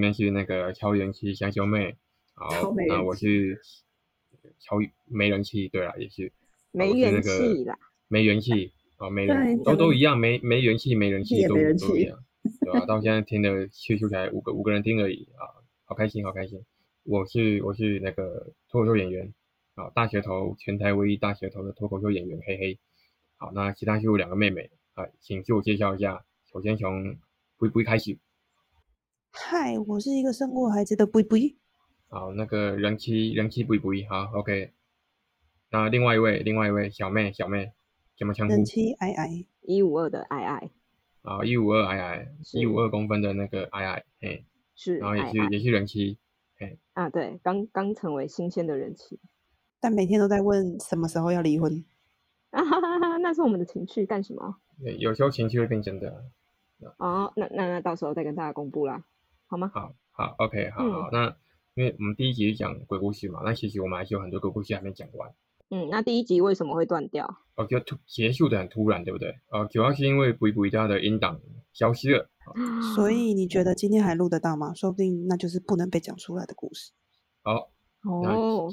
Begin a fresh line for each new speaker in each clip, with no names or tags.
先是那个超人气香蕉妹，然
超
后
没人
那我
气
是超没人气，对啦，也是
没
然后我是
元
那个
气啦，
没元气啊，没
对
人
你
都
讲
都
得
一样，没没人气，没人气
也
都
没人
都
气
一样，对 吧、到现在听的次数才五个五个人听而已啊，好开心，好开心。我是我是那个脱口秀演员啊，大舌头，全台唯一大舌头的脱口秀演员，嘿嘿。好，那其他是我两个妹妹啊，请自我介绍一下。首先从不不开始，
嗨，我是一个生过孩子的不不，
好，那个人气人气不不好，OK。那另外一位另外一位小妹小妹怎么称呼
人？妻矮矮，
一五二的爱爱
啊，一五二矮矮，
是
一五二公分的那个矮矮，嘿，
是
然后也
爱
是
爱
也是人妻，
啊，对，刚刚成为新鲜的人气
但每天都在问什么时候要离婚。
啊哈哈哈，那是我们的情绪干什么？
对有时候情绪会变真的。
哦，那那那到时候再跟大家公布啦，好吗？
好，好，OK，好
嗯
好，那因为我们第一集是讲鬼故事嘛，那其实我们还是有很多鬼故事还没讲完，
嗯，那第一集为什么会断掉？
哦，就突结束的很突然，对不对？哦，主要是因为鬼鬼家的音档消失了，
啊
啊
所以你觉得今天还录得到吗？说不定那就是不能被讲出来的故事。
好，
哦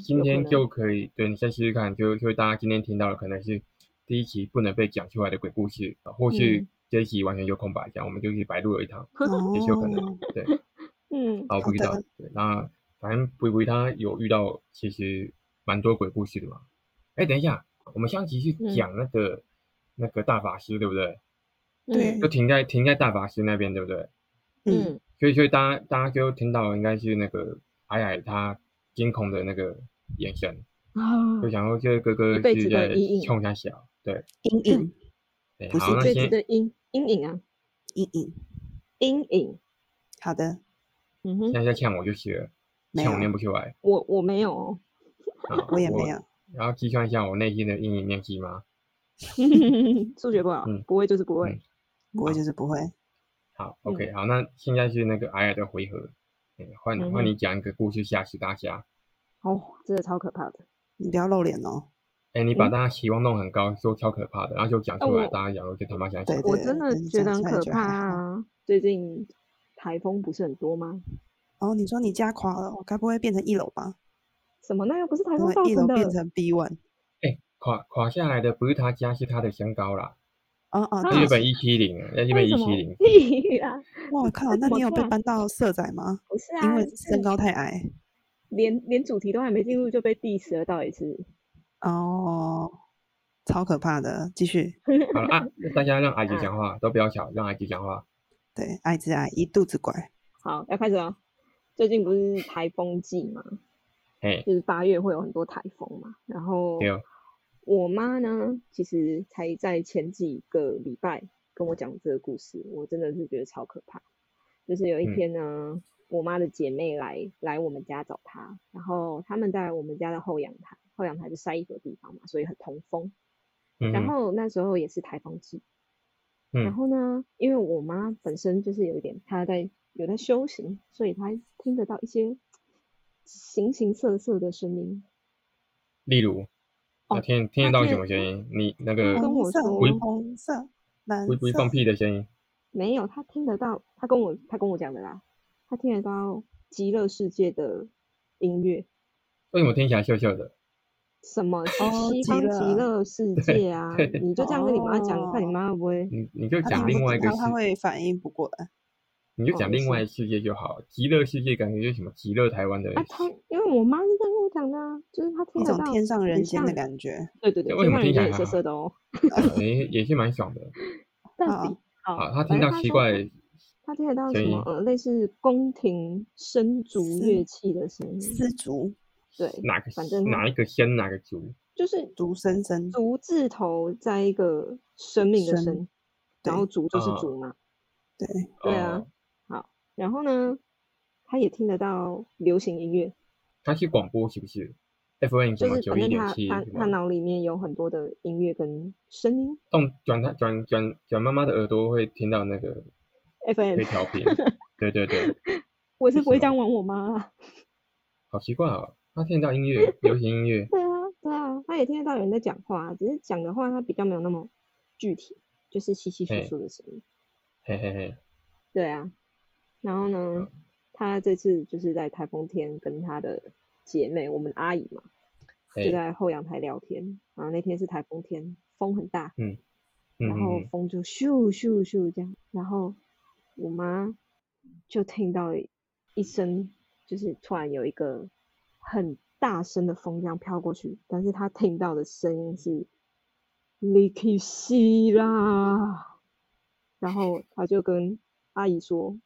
那，今
有可
天
能
就可以，对你先试试看，就就大家今天听到的可能是第一集不能被讲出来的鬼故事，啊或是
嗯
这一集完全就空白，这样我们就是白录了一趟，
哦
也是有可能，对。
嗯
好，不
好
遇到
的。
对，那反正鬼鬼他有遇到，其实蛮多鬼故事的嘛。哎，等一下，我们上集是
嗯
讲那个、那个大法师，对不对？
对
嗯
就停在停在大法师那边，对不对？
嗯，
嗯
所以所以大家大家就听到的应该是那个矮矮他惊恐的那个眼神，
啊
就想说这个哥哥
一辈
是
子的
在
阴影
冲他笑，对。
阴影，
对
不是
好，那
对啊对
先
对，阴阴影啊，
阴影。
阴影。
好的，
嗯哼，
现在呛我就是了，
没
呛我念
有，
不出来。
我我没有哦，
啊
我也没有。。
然后计算一下我内心的阴影面积吗？
数学不好
嗯，
不会就是不会
嗯。
不会就是不会。
好，OK，好，
嗯
那现在是那个矮矮的回合，嗯换
嗯
换
哼
你讲一个故事吓死大家。
哦，真的超可怕的。
你不要露脸哦。
哎，你把
嗯
大家期望弄很高，说超可怕的，然后就讲
哎
出来，
我
大家讲说就他妈想
对
想。
我真的
但是
觉得
讲
很
出来
可
就
怕
还好
啊！最近台风不是很多吗？
哦，你说你家垮了，我该不会变成一楼吧？
什么？那又不是台
因
风
为
造
一楼
成的。
变成 B one。
哎，垮垮下来的不是他家，是他的身高啦。
哦哦，
啊
对
日
不
本
起
一七零，在日本
为
一
什
七
么
零，
屁啊！
哇 靠！那
怎
你有
么
被
办
搬到社宅吗？
不是啊，
因为
就是
身高太矮。
连连主题都还没进入就被 diss 了，到底是？
哦，超可怕的。继续，
好 了啊，大家让阿姐讲话，都不要吵，让阿姐讲话。
对，矮子矮，一肚子拐。
好，要开始了。最近不是台风季嘛，
哎，
就是八月会有很多台风嘛。然后
对哦，
我妈呢，其实才在前几个礼拜跟我讲这个故事，我真的是觉得超可怕。就是有一
嗯
天呢，我妈的姐妹来来我们家找她，然后他们在我们家的后阳台，后阳台是晒衣服的地方嘛，所以很通风。
嗯
然
哼，
后那时候也是台风季，然
嗯
后呢，因为我妈本身就是有一点她在有在修行，所以她听得到一些形形色色的声音。
例如，
哦
啊听听得
那
到
天
什么声音？你那个
跟
红
我
色，
说
红色，蓝
会不会
色
放屁的声音？
没有，她听得到，她跟我她跟我讲的啦，她听得到极乐世界的音乐，
为什么听起来笑笑的？
什么是
哦
西
极
方极
乐
乐世
对
界啊？
对嗯
你就这样跟你妈讲，看你
哦
妈会不会？
你你就
他
讲
听不
另外一
懂
个
他他
世
会反应不过来。
你就
哦
讲
没
另
事
外世界就好，极乐世界感觉就是什么极乐台湾的
啊，，她因为我妈是这样跟我讲的啊，就是她听
一
得
种
到
天上人
很
间的
像
感觉。
对对对，
为什么听起
天上人间
来
也
还
色
好
色的哦。
呃也也是蛮 爽的。
到
好
底
啊，
好，
他
反
听到
正她
奇
说
怪，
他听得到什
声
么
音
呃类似宫廷笙竹
丝
乐器的声音，
丝竹，
对，
哪个
反正他
哪一个先哪个族，
就是
竹生生，
竹字头在一个生命的
生
生，然
对
后竹就是
啊
竹嘛，
对，
对啊
哦，
然后呢，他也听得到流行音乐，
他是广播是不是？FM 什
就
么
是
九
反
一
正
点
他
七，
他
什
他
么
脑里面有很多的音乐跟声音
动转他转转转妈妈的耳朵会听到那个被
FM，
调 频，对对对，
我是
是
不会
什
这样
么
玩我妈啊，
好奇怪哦，他听到音乐，流行音乐，
对啊对啊，他也听得到有人在讲话，啊只是讲的话他比较没有那么具体，就是稀稀疏
嘿
疏的声音。
嘿嘿嘿，
对啊，然后呢，她这次就是在台风天跟她的姐妹，我们阿姨嘛，就
哎，
在后阳台聊天。然后那天是台风天，风很大，
嗯
然后
嗯
风就咻咻咻这样，然后我妈就听到了一声，就是突然有一个很大声的风这样飘过去，但是她听到的声音是 l i k i 西啦，然后她就跟阿姨说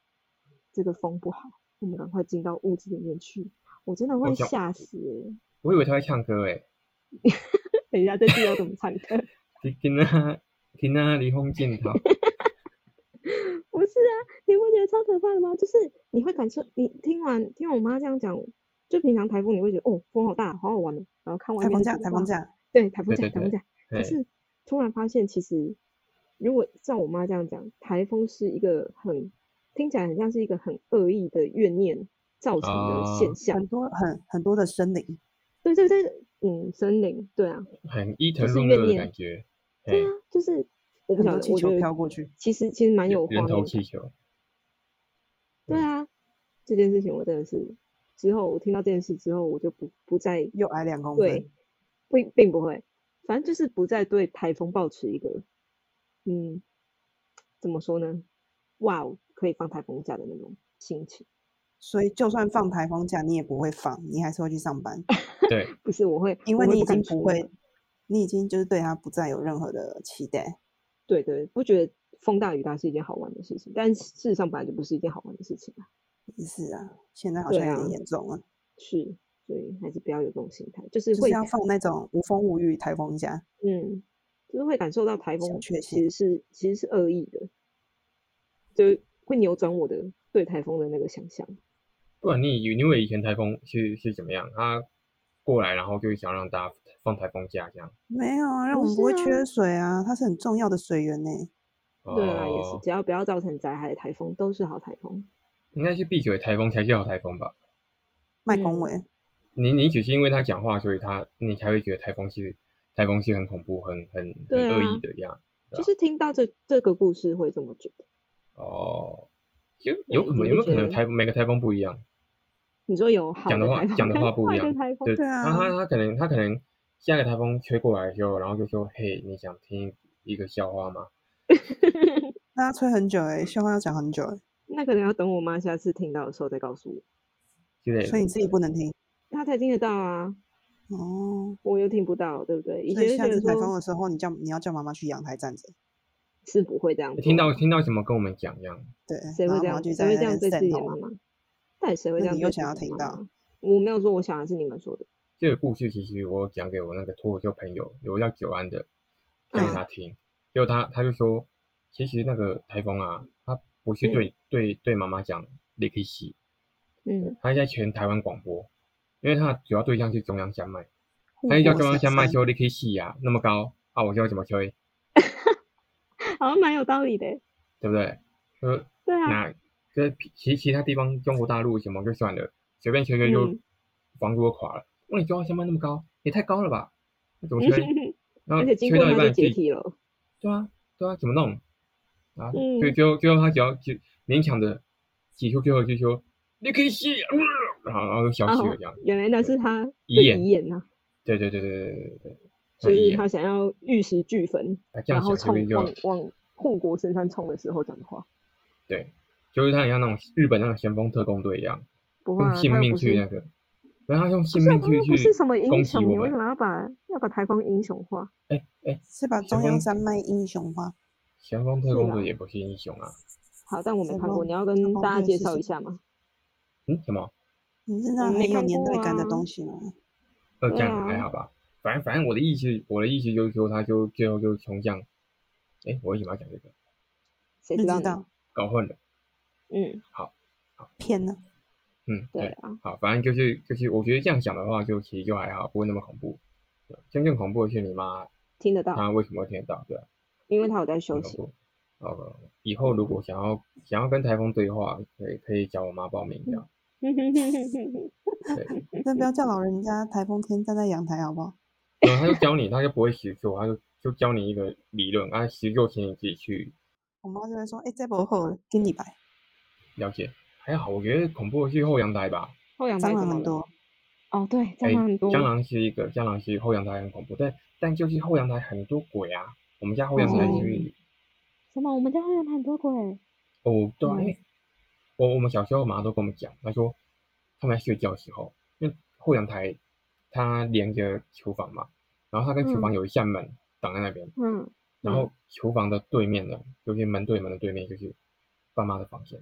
这个风不好，我们赶快进到屋子里面去，我真的会
想
吓死、欸，
我以为他会唱歌哎诶，
等一下这句要怎么唱歌？
听听啊听啊，离婚 镜头，
不是啊，你不觉得超可怕的吗？就是你会感受，你听完听完我妈这样讲，就平常台风你会觉得哦风好大，好好玩哦，然后看外
台
面
风
的
假，
景
台风
色，
假，
对台风
对
假，
对
台
对
风假。可
哎
是突然发现，其实如果照我妈这样讲，台风是一个很听起来很像是一个很恶意的怨念造成的
啊
现象。
很多很很多的森林，
对对对，嗯，森林，对啊，
很伊藤
是
润
怨
二的
念
感觉，哎，
对啊，就是我不
很
晓
多
得，
气
我觉
球
得
飘过去，
其实其实蛮有
人人
画面
头
感。
气球，
对
嗯
啊，这件事情我真的是之后我听到这件事之后，我就不不再
又矮两公
对
分，，
并并不会，反正就是不再对台风抱持一个嗯，怎么说呢？哇哦，可以放台风假的那种心情。
所以就算放台风假，你也不会放，你还是会去上 班，
对，
不是，我会，
因
我
为
会
你已
不
经
敢出
不会
门，
你已经就是对他不再有任何的期待。
对对，不觉得风大雨大是一件好玩的事情，但事实上本来就不是一件好玩的事情啊。
也是啊，现在好
对
像有
啊
点严重了，
是，所以还是不要有这种心态，就是
就是
会
要放那种无风无雨台风假。
嗯，就是会感受到台
小
风
确
其实是其实是恶意的，就是会扭转我的对台风的那个想象。
不然你以为你以为以前台风是是怎么样？他过来然后就想让大家放台风假这样，
没有啊，让
不
我们不
是
会缺
啊
水啊，它是很重要的水源呢、
对啊，也是，
哦，
只要不要造成灾害的台风都是好台风。
应该是闭嘴台风才叫台风吧？
卖恭
嗯
维，
你你只是因为他讲话，所以他你才会觉得台风是台风是很恐怖、很很很
对
恶
啊
意的这样。对
就
啊
是听到这这个故事会这么觉得。
哦，就有
对
可能
你
有
就
没有可
觉
能
得
台每个台风不一样？
你说有好
讲的
的
话
台风
讲的
跟
话不一
坏的
样
台风，
对，
哦对啊
他他他可能他可能下个台风吹过来的时候，然后就说：“嘿，你想听一个笑话吗
那要吹很久哎、笑话要讲很久哎、
那可能要等我妈下次听到的时候再告诉我。？”
之类
所以
的。
你自己不能听
她才听得到啊，
哦。
我又听不到，对不对？以
所
前
以
就
下
觉得
次台风
说
的时候，你叫你要叫妈妈去阳台站着，
是不会这样做，
听到听到什么跟我们讲一样。
对，
谁
然
会
后妈
这
妈
样？
就
谁
在
会
那
这样
边
对自
渗
己啊的
透
妈妈？到底谁会
那
这样？
你又想要听到？
我没有说我想的是你们说的。
这个故事其实我讲给我那个脱口秀朋友，有个叫久安的，讲
嗯
给他听，结果他他就说，其实那个台风啊，他不是
嗯
对、对对妈妈讲 l i k i
嗯，
他在全台湾广播，因为他的主要对象是中央山脉，
护
他就叫
国
中央
神
山脉
山
修 l i k i 啊，那么高啊，我就要怎么吹，
好像蛮有道理的。欸
对不对？呃，
对啊，
那这其其他地方，中国大陆什么就算了，随便吹吹就
嗯
房子都垮了。哇，你中央山脉那么高，也太高了吧？那怎么 吹？
而
然后
且经
吹
过
到一
它就
半自
解
己
体了。
对啊，对啊，怎么弄？啊，
嗯
所以最后最后他只要就勉强的挤出最后一句说，你可以吸，嗯然后然后就消失了
哦
这样。，
原来那是他的
遗言
遗言呐，
对对对对对对对，
就
遗
是
言
他想要玉石俱焚，
那这
然
样
后
想是不
冲
是
往
就
往护国神山冲的时候讲的话。
对，就是他很像那种日本那种先锋特工队一样，
不会啊，
用性
他又
命
不
去那
是，
个，然后他用
不
性
是啊
命
他
去
又
去
不是什么
攻击
英雄，你
我
为什
们。
么要把要把台风英雄化？
哎哎，
是把
台
中央
风
山脉英雄化，
先锋特
是
工队
啦
也不是英雄啊。
好，但我没
什
看
么
过，你要
什
跟
么
大家
电
介
视
绍一
剧
下吗？
嗯，什么？
你知道
没
很有
看
年代
过
感的
啊
东西吗？
呃，
对
这样还
啊
好吧。反正反正我的意思，我的意思就是说，他就最后就冲向，哎，我为什么要讲这个？
谁
不
知道
知
呢？
道
搞混了。
嗯，
骗了，
嗯，
对啊，
好，反正就是就是，我觉得这样想的话，就其实就还好，不会那么恐怖。对真正恐怖的是你妈，
听得到，
她为什么会听得到？对吧？
因为他有在
很
休
恐
息。
怖。呃，以后如果想要想要跟台风对话，可以可以找我妈报名这样。对，
嗯
那不要叫老人家台风天站在阳台好不好？
嗯
然嗯后他就教你，他就不会实做，他就就教你一个理论，啊，实做请你自己去
我妈就会说：“哎、这不好，给你摆。
了解。还好，我觉得恐怖的是后阳台吧。
后阳台怎
蟑螂
嗯么
很
了？
多，
哦，对，
哎，
蟑螂很多。
蟑螂是一个，蟑螂是后阳台很恐怖，但但就是后阳台很多鬼啊。我们家后阳台
哦
是
什么？我们家后阳台很多鬼？
哦，对啊，
嗯
因为我我们小时候妈妈都跟我们讲，她说他们在睡觉的时候，因为后阳台它连着厨房嘛，然后它跟厨房
嗯
有一扇门挡在那边，
嗯，
然后厨房的对面呢，就是门对门的对面就是爸妈的房间，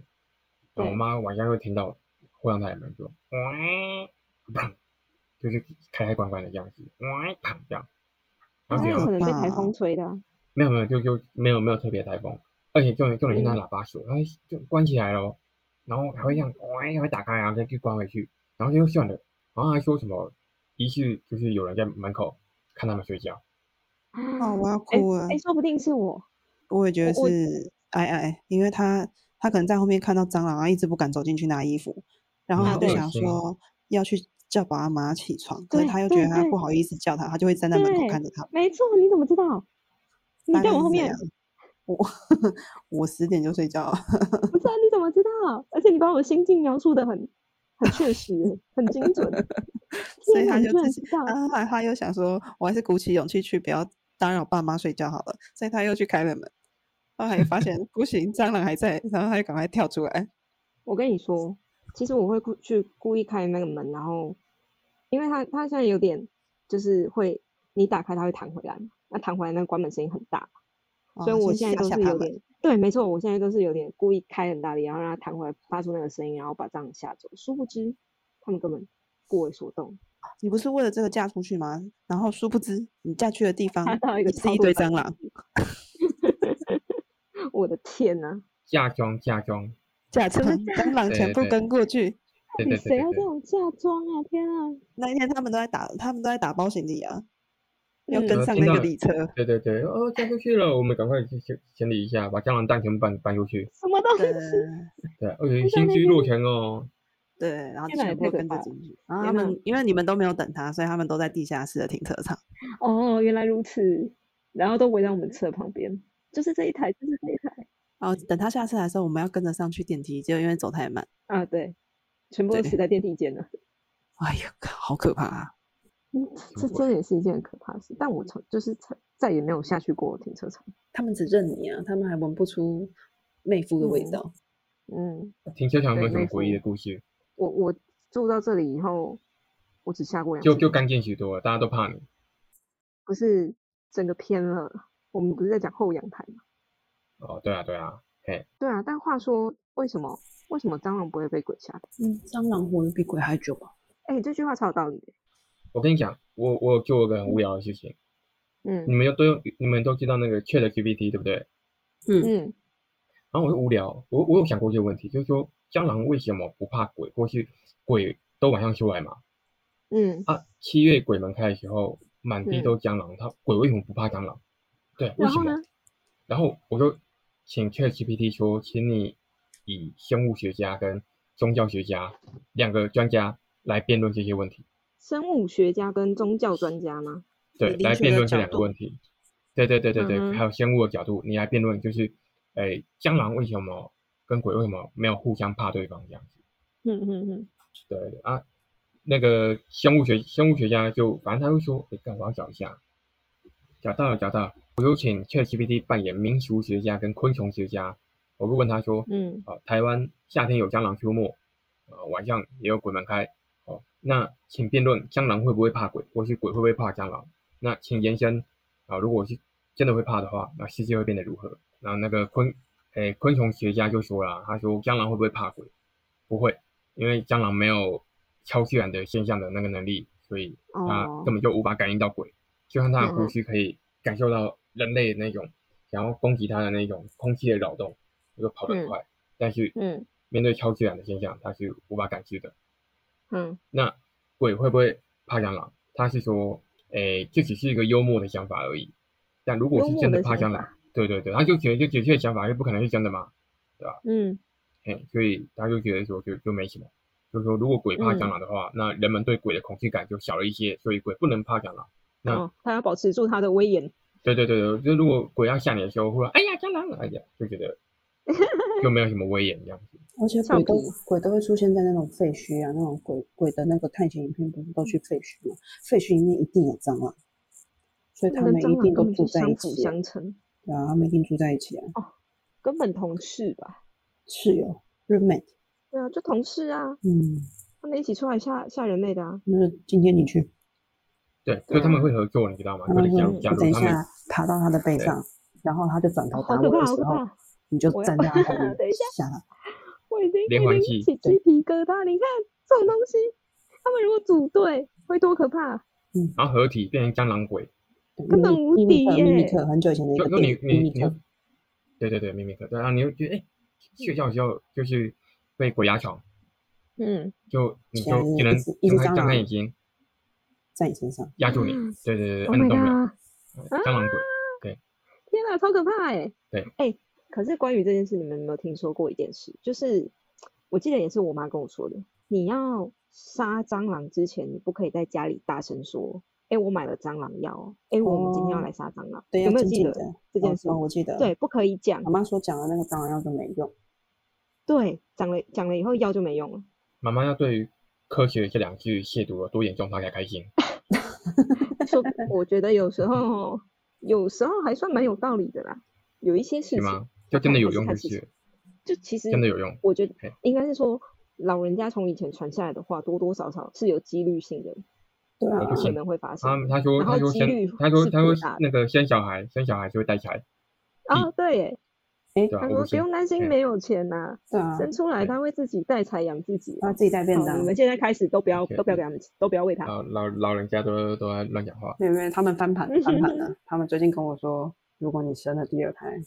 然后我
对
妈晚上会听到后阳台的门就喂，砰，就是开开关关的这样子，喂，砰这样，然后
那
只
有
要
可能被台
吧
风吹的啊、
没有没有就就没有没有特别台风，而且重点重点是那
嗯
喇叭锁，然后就关起来咯，然后还会这样喂，还会打开然后再去关回去，然后就算了，然后还说什么疑似就是有人在门口看他们睡觉，
哦，我要
哎
哭了
哎、。说不定是我。
我也觉得
我
是哎哎，因为他他可能在后面看到蟑螂，然后啊一直不敢走进去拿衣服，然后
嗯
他
好
就
恶
想
心
说要去叫爸爸妈妈起床，可是
对
他又
对
觉得他
对
不好意思叫他，他就会站在门口
对
看着他。
没错，你怎么知道？你
大
在
概
我
是啊
后
这
面
样，我 我十点就睡觉了，
不是、啊？你怎么知道？而且你把我心境描述的很很确实，很精 准。
所以
天哪
他
你
就
居然
自己
知道
啊，他他又想说，我还是鼓起勇气去，不要打扰爸妈睡觉好了，所以他又去开了门，他还发现不行，蟑螂还在，然后他就赶快跳出来，
我跟你说，其实我会故去故意开那个门，然后，因为它它现在有点就是会，你打开它会弹回来嘛，那弹回来那个关门声音很大，所以
哦
我
先
现在
吓
都
吓
是
他
有
们
点对，没错，我现在都是有点故意开很大力，然后让它弹回来，发出那个声音，然后把蟑螂吓走。殊不知，他们根本不为所动。
你不是为了这个嫁出去吗？然后殊不知你嫁去的地方
到一个
也是
超
一
多
堆
蟑
蟑螂，
我的天呐、
嫁妆嫁妆，
假
怎
装
么
蟑螂
对
全部
对
跟过去。
到
对
底
对对
谁
对
要
对
这。种嫁妆啊？天啊！
那一天他们都在打，他们都在打包行李啊，要
嗯
跟
呃
上
听
那个
到
礼车。
对对对，哦，嫁出去了，我们赶快去先先理一下，把蟑螂蛋全部搬搬出去。
什么东西
对，
对？
而且
那
心
那
机
天
落成哦，
对，然后
天哪也
全
太
部
可
跟着
怕了
进去。然后他
天哪
们因为你们都没有等他，所以他们都在地下室的停车场。
哦，原来如此。然后都围到我们车旁边，就是这一台，就是这一台。
然后等他下次来的时候，我们要跟着上去电梯，结果因为走太慢，
啊，对，全部都
对
死在电梯间了。
哎呀，好可怕啊！
嗯，这
鬼
真的也是一件很可怕的事。但我从就是再再也没有下去过停车场。
他们只认你啊，他们还闻不出妹夫的味
嗯
道。
嗯，
停车场有没有什
对
么
没错
诡异的故事？
我我住到这里以后，我只下过两
就
次
就
停
干净许多了，大家都怕你。
不是整个偏了。我们不是在讲后阳台吗？
哦，对啊对啊，嘿，
对啊，但话说，为什么为什么蟑螂不会被鬼吓到？
嗯，蟑螂活得比鬼还久吧？
哎、这句话超有道理的。
我跟你讲，我我有做一个很无聊的事情，你
嗯
们又都用，你们都知道那个 Chat GPT 对不对？
嗯，
嗯，
然后我就无聊，我我有想过这个问题，就是说蟑螂为什么不怕鬼，或是鬼都晚上出来嘛？
嗯，
啊，七月鬼门开的时候，满地
嗯
都蟑螂，它鬼为什么不怕蟑螂？对，为
然
什
后
么？
呢？
然后我就请 ChatGPT 说，请你以生物学家跟宗教学家两个专家来辩论这些问题，
生物学家跟宗教专家吗？
对，
你
来
理解
辩
的
论这
角
两个
度
问题。对对对对对，
嗯哼
还有生物的角度，你来辩论就是，哎，蟑螂为什么跟鬼为什么没有互相怕对方这样子？
嗯嗯嗯，
对啊，那个生物学生物学家就反正他会说，哎，干我要找一下，找到了找到了，我就请 ChatGPT 扮演民俗学家跟昆虫学家，我就问他说，
嗯，
啊，台湾夏天有蟑螂出没，呃，晚上也有鬼门开，哦，那请辩论蟑螂会不会怕鬼，或是鬼会不会怕蟑螂？那请延伸啊，如果是真的会怕的话，那世界会变得如何？然后那个昆，诶，昆虫学家就说了，他说蟑螂会不会怕鬼？不会，因为蟑螂没有超自然的现象的那个能力，所以它
哦
根本就无法感应到鬼，就像它的
嗯
呼
嗯
吸可以感受到人类的那种想要攻击它的那种空气的扰动，它就跑得
嗯
很快。但是，
嗯，
面对超自然的现象，它是无法感知的。
嗯，
那鬼会不会怕蟑螂？他是说，诶，这只是一个幽默的想法而已。但如果
幽
是
默
真
的
的怕
想
蟑螂，对对对，他就觉得就觉得这个想法又不可能是真的嘛，
嗯，
嘿，所以他就觉得说就就没什么。就是说，如果鬼怕蟑
嗯
螂的话，那人们对鬼的恐惧感就小了一些，所以鬼不能怕蟑螂。那
哦，他要保持住他的威严。
对对对对，就如果鬼要吓你的时候，忽然哎呀蟑螂，哎呀，就觉得又没有什么威严这样子。
而且
上
鬼都
毒
鬼都会出现在那种废墟啊，那种鬼鬼的那个探险影片不是都去废墟吗？废墟里面一定有蟑螂，所以
那
他
跟
们一
蟑螂
定
根
都
本
住
就
在
相
一
辅
起啊，
相成，
对啊，他们一定住在一起啊，
根本同事吧？
室友 roommate，
对啊，就同事啊，
嗯，
他们一起出来吓吓人类的啊。
那就今天你去，
对，
对
所以他们
啊
会合作，嗯你知道吗？
他
就
们
是
说
假如假如
你嗯等一
他们
下爬到他的背
对
上，然后他就转头
好
打
可
我
怕，
的
好
时
可
候，
怕！
你就
我要
站在他后面
等一下
吓他，
我已经
连
我
环
已
计
经起
对
鸡皮疙瘩。你看这种东西，他们如果组队会多可怕？
然后合体变成蟑螂鬼，
对
根本
因为
无
因为
敌
那个秘密
耶
特很久以前的一
就
个
就
电
你
影，秘
你
密
你
特，，
对对对，秘密课，对，然后你就觉得哎，睡觉的时候就是被鬼压床，
嗯，
就你
是啊
就
一
只能
只一只
睁开
蟑
睁开
螂
眼睛
在你身上，
压住你
嗯，
对对对，
Oh
按
my
动不了，
god！
蟑螂鬼。
天啊，超可怕哎、
对，
哎、可是关于这件事，你们有没有听说过一件事？就是我记得也是我妈跟我说的，你要杀蟑螂之前，你不可以在家里大声说：“哎、我买了蟑螂药哦，哎、我们今天要
哦
来杀蟑螂。
对，
有
要
没有
静
记
静
得
的
这件事？
哦，我记得，
对，，不可以讲
我。妈说讲的那个蟑螂药就没用，
对，讲了讲了以后药就没用了。
妈妈要对于科学这两句亵渎有多严重，她才开心。
说我觉得有时候有时候还算蛮有道理的啦，有一些事
是
情
吗？就真的有
还是
用，
看
就
事情
是
就其实
真的有
嗯
用。
我觉得
嘿
应该是说，老人家从以前传下来的话，多多少少是有几率性的，
对啊
我不，
可
信
能会发
他
生
他说
然后
他说
几率
生他说
是
他说
最大的
那个生小孩生小孩就会带财，
啊。对耶，
对，
哎
吧、啊
他
我
说
不
不
信。
用担心
嘿
没有钱呐，
对啊，
生出来
嘿
他会自己带财养自己。
他自己带啊便
好，
当
你，们现在开始都不要
对
都不要给他们吃，都不要喂他。
老老老人家都都在乱讲话，
没有没有，他们翻盘
嗯
翻盘了。他们最近跟我说，如果你生了第二胎，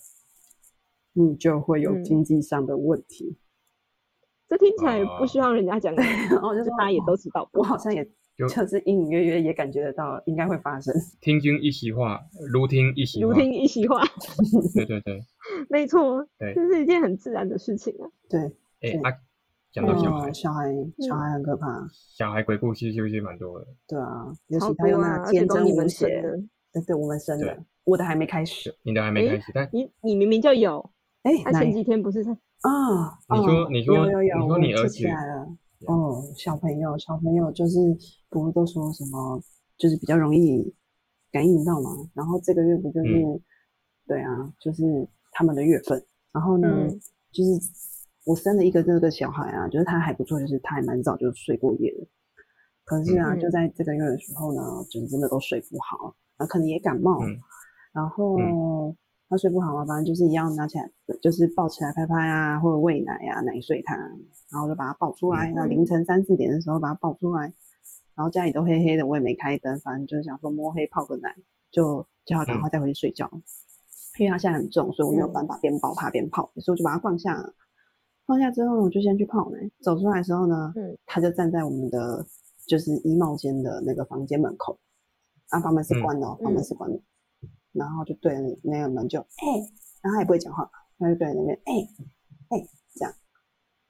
你就会有
嗯
经济上的问题。
这听起来不需
哦
要人家讲，
然后我就
就
说，
大家也
哦
都知道。
我好像也
就
就是隐隐约约也感觉得到，应该会发生。
听君一席话，如听一席
如
话。
听一席话，
对对 对，
没错，
对
这是一件很自然的事情啊。
对，
哎、
对
啊，讲到小孩，
哦小孩
嗯
小孩很可怕，
小孩鬼故事是不是蛮多的？
对啊，尤
好
其他又
多
那
啊，而且
天
都
真
你
无
们生
邪，
的，
对对，我们生
对
的，我的还没开始。
你的还没
哎
开始，但
你你明明就有，
哎，
他
哪
前
一
几天不是在
啊，
你说
哦
你说
有有有，
你说
我
你儿
记起
子
来了。哦，小朋友，小朋友就是不是都说什么，就是比较容易感应到嘛。然后这个月不就是，
嗯
对啊，就是他们的月份。然后呢，
嗯
就是我生了一个这个小孩啊，就是他还不错，就是他还蛮早就睡过夜的。可是啊，就
嗯
在这个月的时候呢，就是真的都睡不好，然后可能也感冒，
嗯
然后他睡不好啊，反正就是一样拿起来，就是抱起来拍拍啊，或者喂奶啊，奶睡他，然后就把他抱出来，然后凌晨三四点的时候把他抱出来，然后家里都黑黑的，我也没开灯，反正就是想说摸黑泡个奶，就叫他赶
嗯
快再回去睡觉，因为他现在很重，所以我没有
嗯
办法边抱他边泡，所以我就把他放下了。放下之后呢，我就先去泡奶。走出来的时候呢，
嗯
他就站在我们的就是衣帽间的那个房间门口，啊，房门是
嗯
关的、哦，房门
嗯
是关的，然后就对着那个门就哎、然后他也不会讲话，他就对着那边哎哎这样，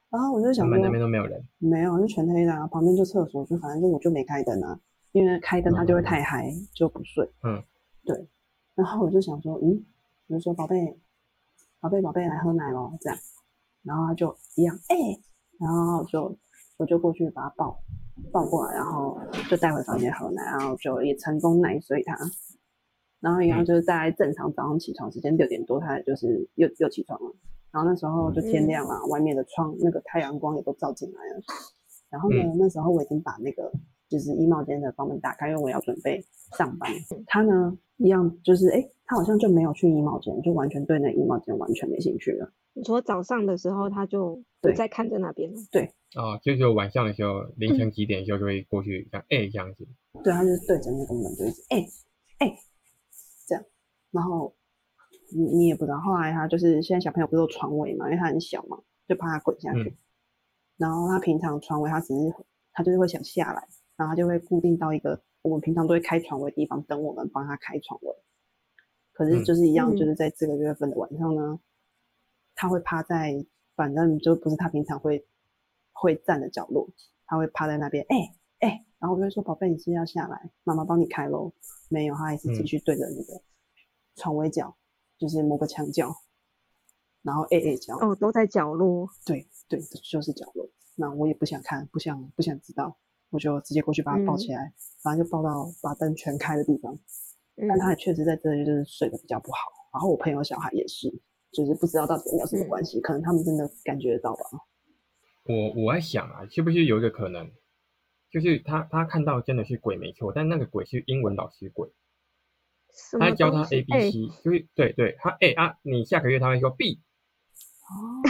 然后我就
他
想
们那边
说
都没有人，
没有，就全黑的、啊，旁边就厕所，就反正就我就没开灯啊，因为开灯他就会
嗯
太嗨就不睡，
嗯，
对，然后我就想说嗯，我就说宝贝，宝贝宝贝来喝奶咯，这样，然后他就一样哎、然后就我就过去把他抱抱过来，然后就带回房间喝奶，然后就也成功奶睡他。然后然后
嗯
就是大概正常早上起床时间六点多，他就是又又起床了。然后那时候就天
嗯
亮了，外面的窗那个太阳光也都照进来了。然后呢，
嗯
那时候我已经把那个就是衣帽间的房门打开，因为我要准备上班。他呢一样就是哎，他好像就没有去衣帽间，就完全对那衣帽间完全没兴趣了。
你说早上的时候，他就不
对
再看着那边了。
啊、就是晚上的时候，凌
嗯
晨几点的时候就会过去，像哎、这样子，
对，他就是对着那个门就一直哎哎、这样，然后你你也不知道，后来他就是现在小朋友不是有床围嘛，因为他很小嘛，就怕他滚下去。
嗯
然后他平常床围他只是他就是会想下来，然后他就会固定到一个我们平常都会开床围的地方等我们帮他开床围。可是
嗯
就是一样，
嗯
就是在这个月份的晚上呢，他会趴在反正就不是他平常会会站的角落，他会趴在那边，哎、哎、然后我就会说宝贝，你是不是要下来，妈妈帮你开喽。没有，他还是继
嗯
续对着那个床围角，就是某个墙角，然后 A A 叫，
哦，都在角落，
对对，这就是角落。那我也不想看，不想不想知道，我就直接过去把它抱起来，反正就抱到把灯全开的地方。
嗯
但他也确实在这里就是睡得比较不好。然后我朋友小孩也是，就是不知道到底有没有什么关系，可能他们真的感觉得到吧。
我我在想啊，是不是有一个可能，就是他他看到真的是鬼没错，但那个鬼是英文老师鬼，
什
他
么
教他
东西
A B
哎
C，、就是对对，他 A 啊，你下个月他会说 B，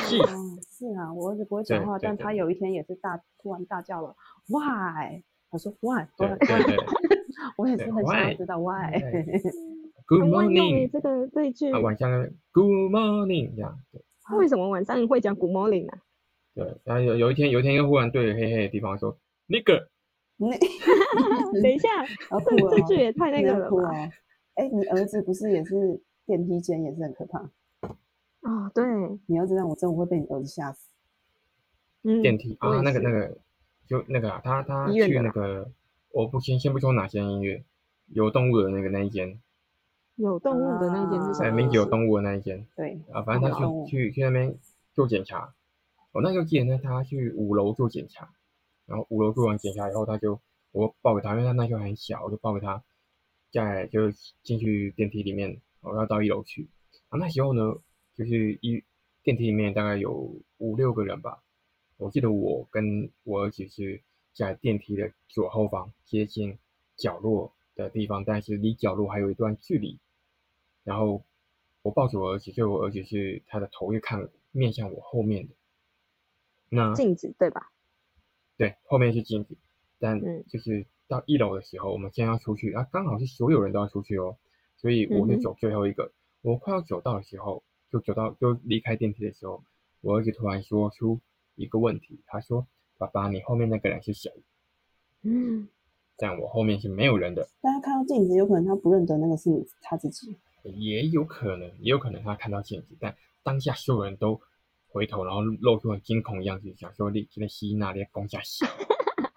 是
哦，是啊，我儿子不会讲
对
话，
对
但
对
他有一天也是大突然大叫了，Why？他说 Why？我
哦
对
很
对对
我也是
对
很想要
why？
知道
哎
Why？
，Good
很会弄欸
morning，
这个这一句
啊，晚上 Good morning 这样，对
为什么晚上会讲 Good morning 啊？
对，然后有有一天有一天又忽然对着黑黑的地方说 nigger，
那
等一下，
要
这
哭了
这
哦，
句也太那
你
个
要
了
哭
吧？
哦。哎，你儿子不是也是电梯间也是很可怕？
哦，对，
你儿子让我真的会被你儿子吓死。
嗯，
电梯
我
啊，
也
那个
是
那个，就那个啊，他他
医院
去
的
那
啦
个，我不先先不说哪间医院，有动物的那个那一间，
哦有动物的那件是什
在
么？
名字哎有动物的那一间
对，
啊，反正他去
有动物
去去那边做检查，我那时候记得呢，他去五楼做检查，然后五楼做完检查以后，他就我抱给他，因为他那时候很小，我就抱给他，再就进去电梯里面，我要到一楼去，啊，那时候呢，就是一电梯里面大概有五六个人吧，我记得我跟我儿子是在电梯的左后方，接近角落的地方，但是离角落还有一段距离。然后我抱着我儿子，所以我儿子是他的头是看面向我后面的。那
镜子对吧？
对，后面是镜子，但
嗯
就是到一楼的时候，我们先要出去，啊，刚好是所有人都要出去哦，所以我
嗯
就
哼
走最后一个。我快要走到的时候，就走到就离开电梯的时候，我儿子突然说出一个问题，他说：“爸爸，你后面那个人是谁
嗯，？”
但我后面是没有人的，
但他看到镜子，有可能他不认得那个是你他自己。
也有可能，也有可能他看到镜子，但当下所有人都回头，然后露出很惊恐的样子，想说你这个吸纳列攻下西。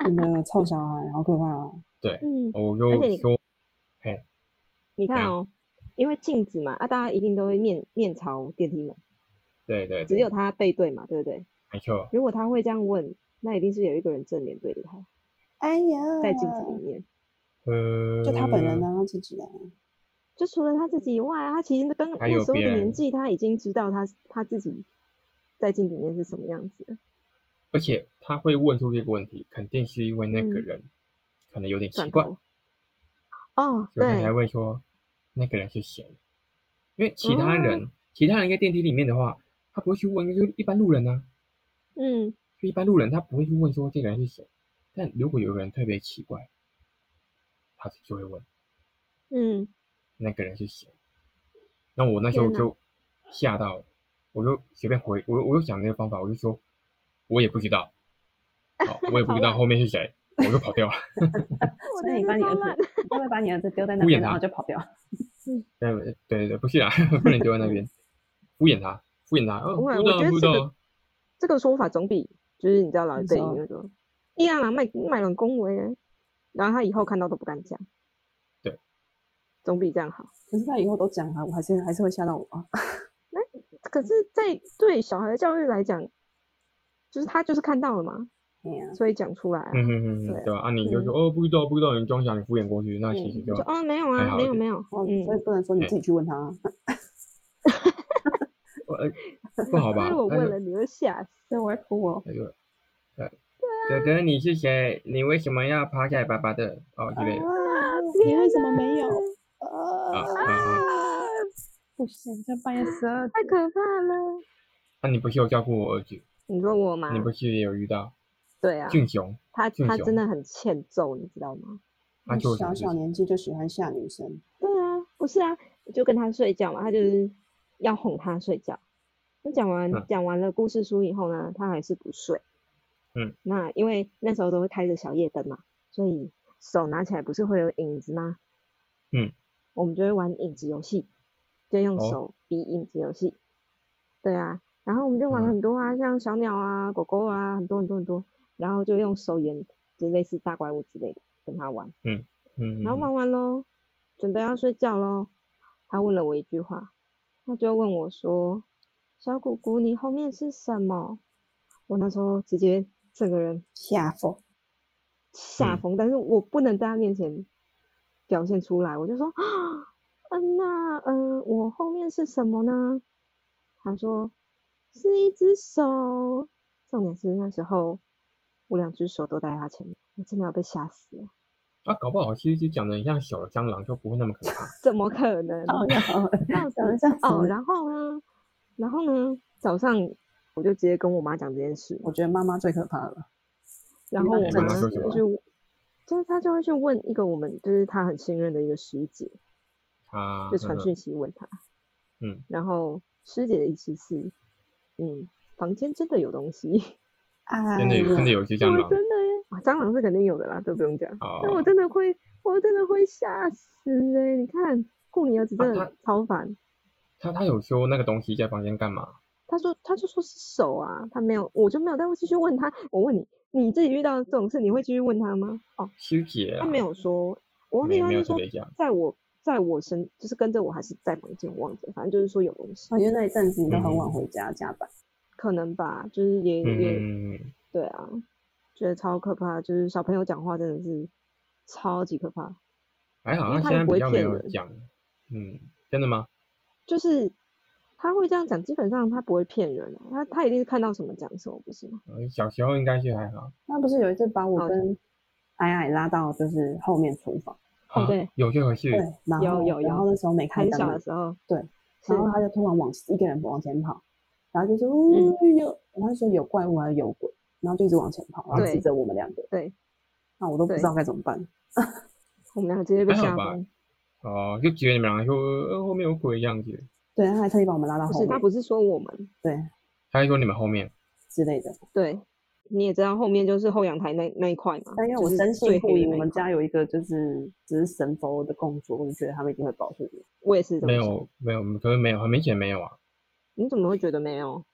你的臭小孩好可怕哦！
对，
嗯，
我
而且
就
你
说
你看
啊
哦，因为镜子嘛，啊，大家一定都会面面朝电梯门，
对对
只
对，
有他背对嘛，对不对？
没错，
如果他会这样问，那一定是有一个人正脸对着他，
哎呀，
在镜子里面。
呃，
就他本人呢，他自己啊，
就除了他自己以外，啊他其实跟
还
那
有
时候的
别人
年纪，他已经知道他他自己在镜子里面是什么样子了，
而且他会问出这个问题，肯定是因为那个
嗯
人、可能有点奇
转
怪，
头。哦，
所以他
对
才，会说那个人是谁。因为其他人，
哦
其他人在电梯里面的话，他不会去问，就是一般路人啊，
嗯，
就一般路人他不会去问说这个人是谁。但如果有个人特别奇怪，他就会问
嗯，
那个人是谁。那我那时候
天哪
就吓到了，我就随便回，我我就想这个方法，我就说我也不知 道，好，我也不知道后面是谁，我就跑掉了。
我
所
的
以你
是
把你
超
儿
烂
子，你会不会把你儿子丢在那
敷
边，
衍
然后
他
就跑掉？
对对对对，不是啊， 不能丢在那边，敷衍他，敷衍他。嗯，
我
不知
我
道
觉得
不知
这个
道，
这个说法总比就是你知道老一
你
辈
说
那种，一样啦，卖卖人恭维耶，然后他以后看到都不敢讲，
对，
总比这样好。
可是他以后都讲了，我还是还是会吓到我啊。
可是，在对小孩的教育来讲，就是他就是看到了嘛，
哎呀，
所以讲出来啊，
嗯哼哼
对啊
哼，对吧？啊，你就说哦，不知道不知道，你装傻，你敷衍过去，那其实
嗯
就
就哦没有
还
啊，
好
没
一
有
点
没有，
哦，
嗯
所，以不能说你自己去问他啊，
呃 不好吧
因为？ 我
那
问
就
了你会吓死。
所以我会哭哦。
那就呃，
啊
哥哥你是谁？你为什么要趴在爸爸的哦之类的？
啊，你为什么没有？
啊
啊，
啊啊！
不行，这半夜十二
太可怕了！
那你不是有照顾我儿子？
你说我吗
你？不是也有遇到
对啊，
俊雄？
他
俊
他
雄
真的很欠揍，你知道吗？
他
嗯
点，
做了什
小
么事
小
情？
年纪就喜欢吓女生，
对啊，不是啊，我就跟他睡觉嘛，他就是要哄他睡觉。那讲完
嗯
讲完了故事书以后呢，他还是不睡。
嗯，
那因为那时候都会开着小夜灯嘛，所以手拿起来不是会有影子吗？
嗯，
我们就会玩影子游戏，就用
哦
手比影子游戏。对啊，然后我们就玩了
嗯
很多啊，像小鸟啊、狗狗啊，很多很多很多，然后就用手演，就类似大怪物之类的跟他玩。
嗯，
然后
嗯
玩完喽，准备要睡觉喽，他问了我一句话，他就问我说：“小姑姑，你后面是什么？”我那时候直接整个人
吓疯，
吓
嗯
疯，但是我不能在他面前表现出来，我就说，嗯，那嗯，我后面是什么呢？他说是一只手，重点是那时候我两只手都在他前面，我真的要被吓死了，
啊，搞不好其实讲的很像小的蟑螂，就不会那么可怕。
怎么可能？
哦， 然后
到
长得
底
这样
哦，
子
然后呢，然后呢，早上我就直接跟我妈讲这件事，
我觉得妈妈最可怕了。
然
你
后
妈
我
怎么
妈
说
就
什么
去，就是她就会去问一个我们就是她很信任的一个师姐，
他
就传
嗯
讯息问她，
嗯，
然后师姐的意思是，嗯，房间真的有东西，
哎
真的有真的
呀，
有一只蟑
我
螂
真的耶啊，蟑螂是肯定有的啦，都不用讲，
啊
但我真的会，我真的会吓死哎、你看顾你儿子
啊
真
她
的超烦，
他他有说那个东西在房间干嘛？
他说他就说是手啊，他没有，我就没有再继续问他，我问你，你自己遇到这种事你会继续问他吗？哦，
师姐啊
他，没有说，我忘
没
记他
没有
是
特
说
别讲。
在我在我身，就是跟着我还是在房间，我忘记了，反正就是说有东西，
我觉得哦那一阵子你都很晚
嗯
回家加班，
可能吧，就是也也
嗯，嗯
对啊，觉得超可怕，就是小朋友讲话真的是超级可怕，
还好，
因为
他
他
现在
也不
比
会
较没
骗
有
人
讲。嗯，真的吗？
就是他会这样讲，基本上他不会骗人啊，他他一定是看到什么讲什么，不是吗？
呃小时候应该是还好。
那不是有一次把我
哦
跟矮矮拉到就是后面厨房，
哦
啊
对，
有这回事
对。，然
有
后
有
然
有
后那时候没开
很
灯
小
嘛
的，时候，
对，
是
然后他就突然往一个人往前跑，然后就说
嗯
呜有，然后说有怪物还是有鬼，然后就一直往前跑，然后
对
指着我们两个，
对，
那我都不知
对
道该怎么办。
我们俩直接被
还好
吓
吧
疯。
哦，就觉得你们两个说呃后面有鬼这样子，
对，他还特意把我们拉到
不
后
是，他
面，
不是说我们，
对
他还说你们后面。
之类的。
对，你也知道后面就是后阳台那那一块嘛。
但因为
就
我
是
深
最
信不
黑的
疑，我
那一
们
块
家有一个就是只是神佛的供桌，我就觉得他们一定会保护我。
我也是这么
没
想。
有没有，可是没有，很明显没有啊。
你怎么会觉得没有？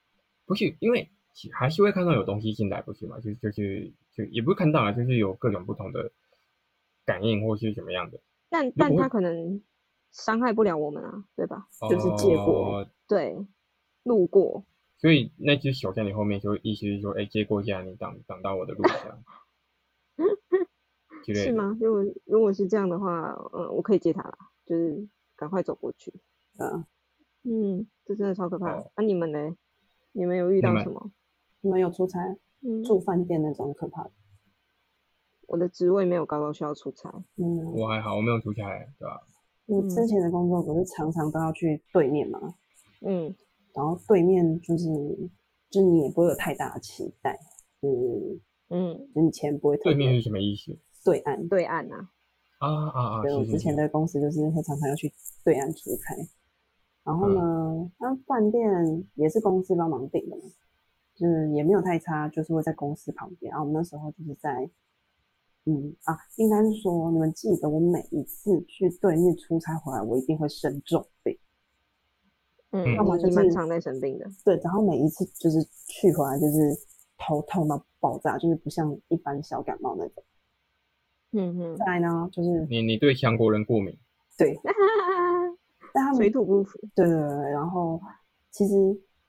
不是因为其还是会看到有东西进来，不是嘛？就就是就也不是看到啊，就是有各种不同的感应或是怎么样的，
但但
果
他
会
可能伤害不了我们啊，对吧？
就是借过
哦。
对，路过
所以那只手在你后面，就意思是说，哎、借过一下，你挡挡到我的路一下， 之类
是
的。
吗？如果如果是这样的话，嗯，我可以接他啦，就是赶快走过去。
嗯，
嗯，这真的超可怕的啊
哦。
那、你们呢？你们有遇
你
到
们
什么？
你们有出差
嗯，
住饭店那种可怕的？
我的职位没有高到需要出差。
嗯，
我还好，我没有出差，对吧、
我之
嗯
前的工作不是常常都要去对面嘛，
嗯，
然后对面就是就是你也不会有太大的期待，嗯，
嗯，
就你钱不会特
对面
别
是什么意思？
对岸。
对岸啊，
啊啊啊！
对我
是
之
是
前
是。
的公司就是会常常要去对岸出差，然后
嗯
呢，那饭店也是公司帮忙订的嘛，就是也没有太差，就是会在公司旁边。然啊后我们那时候就是在，嗯啊，应该是说你们记得我每一次去对面出差回来，我一定会生重病，
嗯，
要么
你
就
蛮
是
常在生病的。
对，然后每一次就是去回来就是头痛到爆炸，就是不像一般小感冒那种。
嗯嗯
再来呢，就是
你你对强国人过敏，
对，但他 们
水土不服。
对对对，然后其实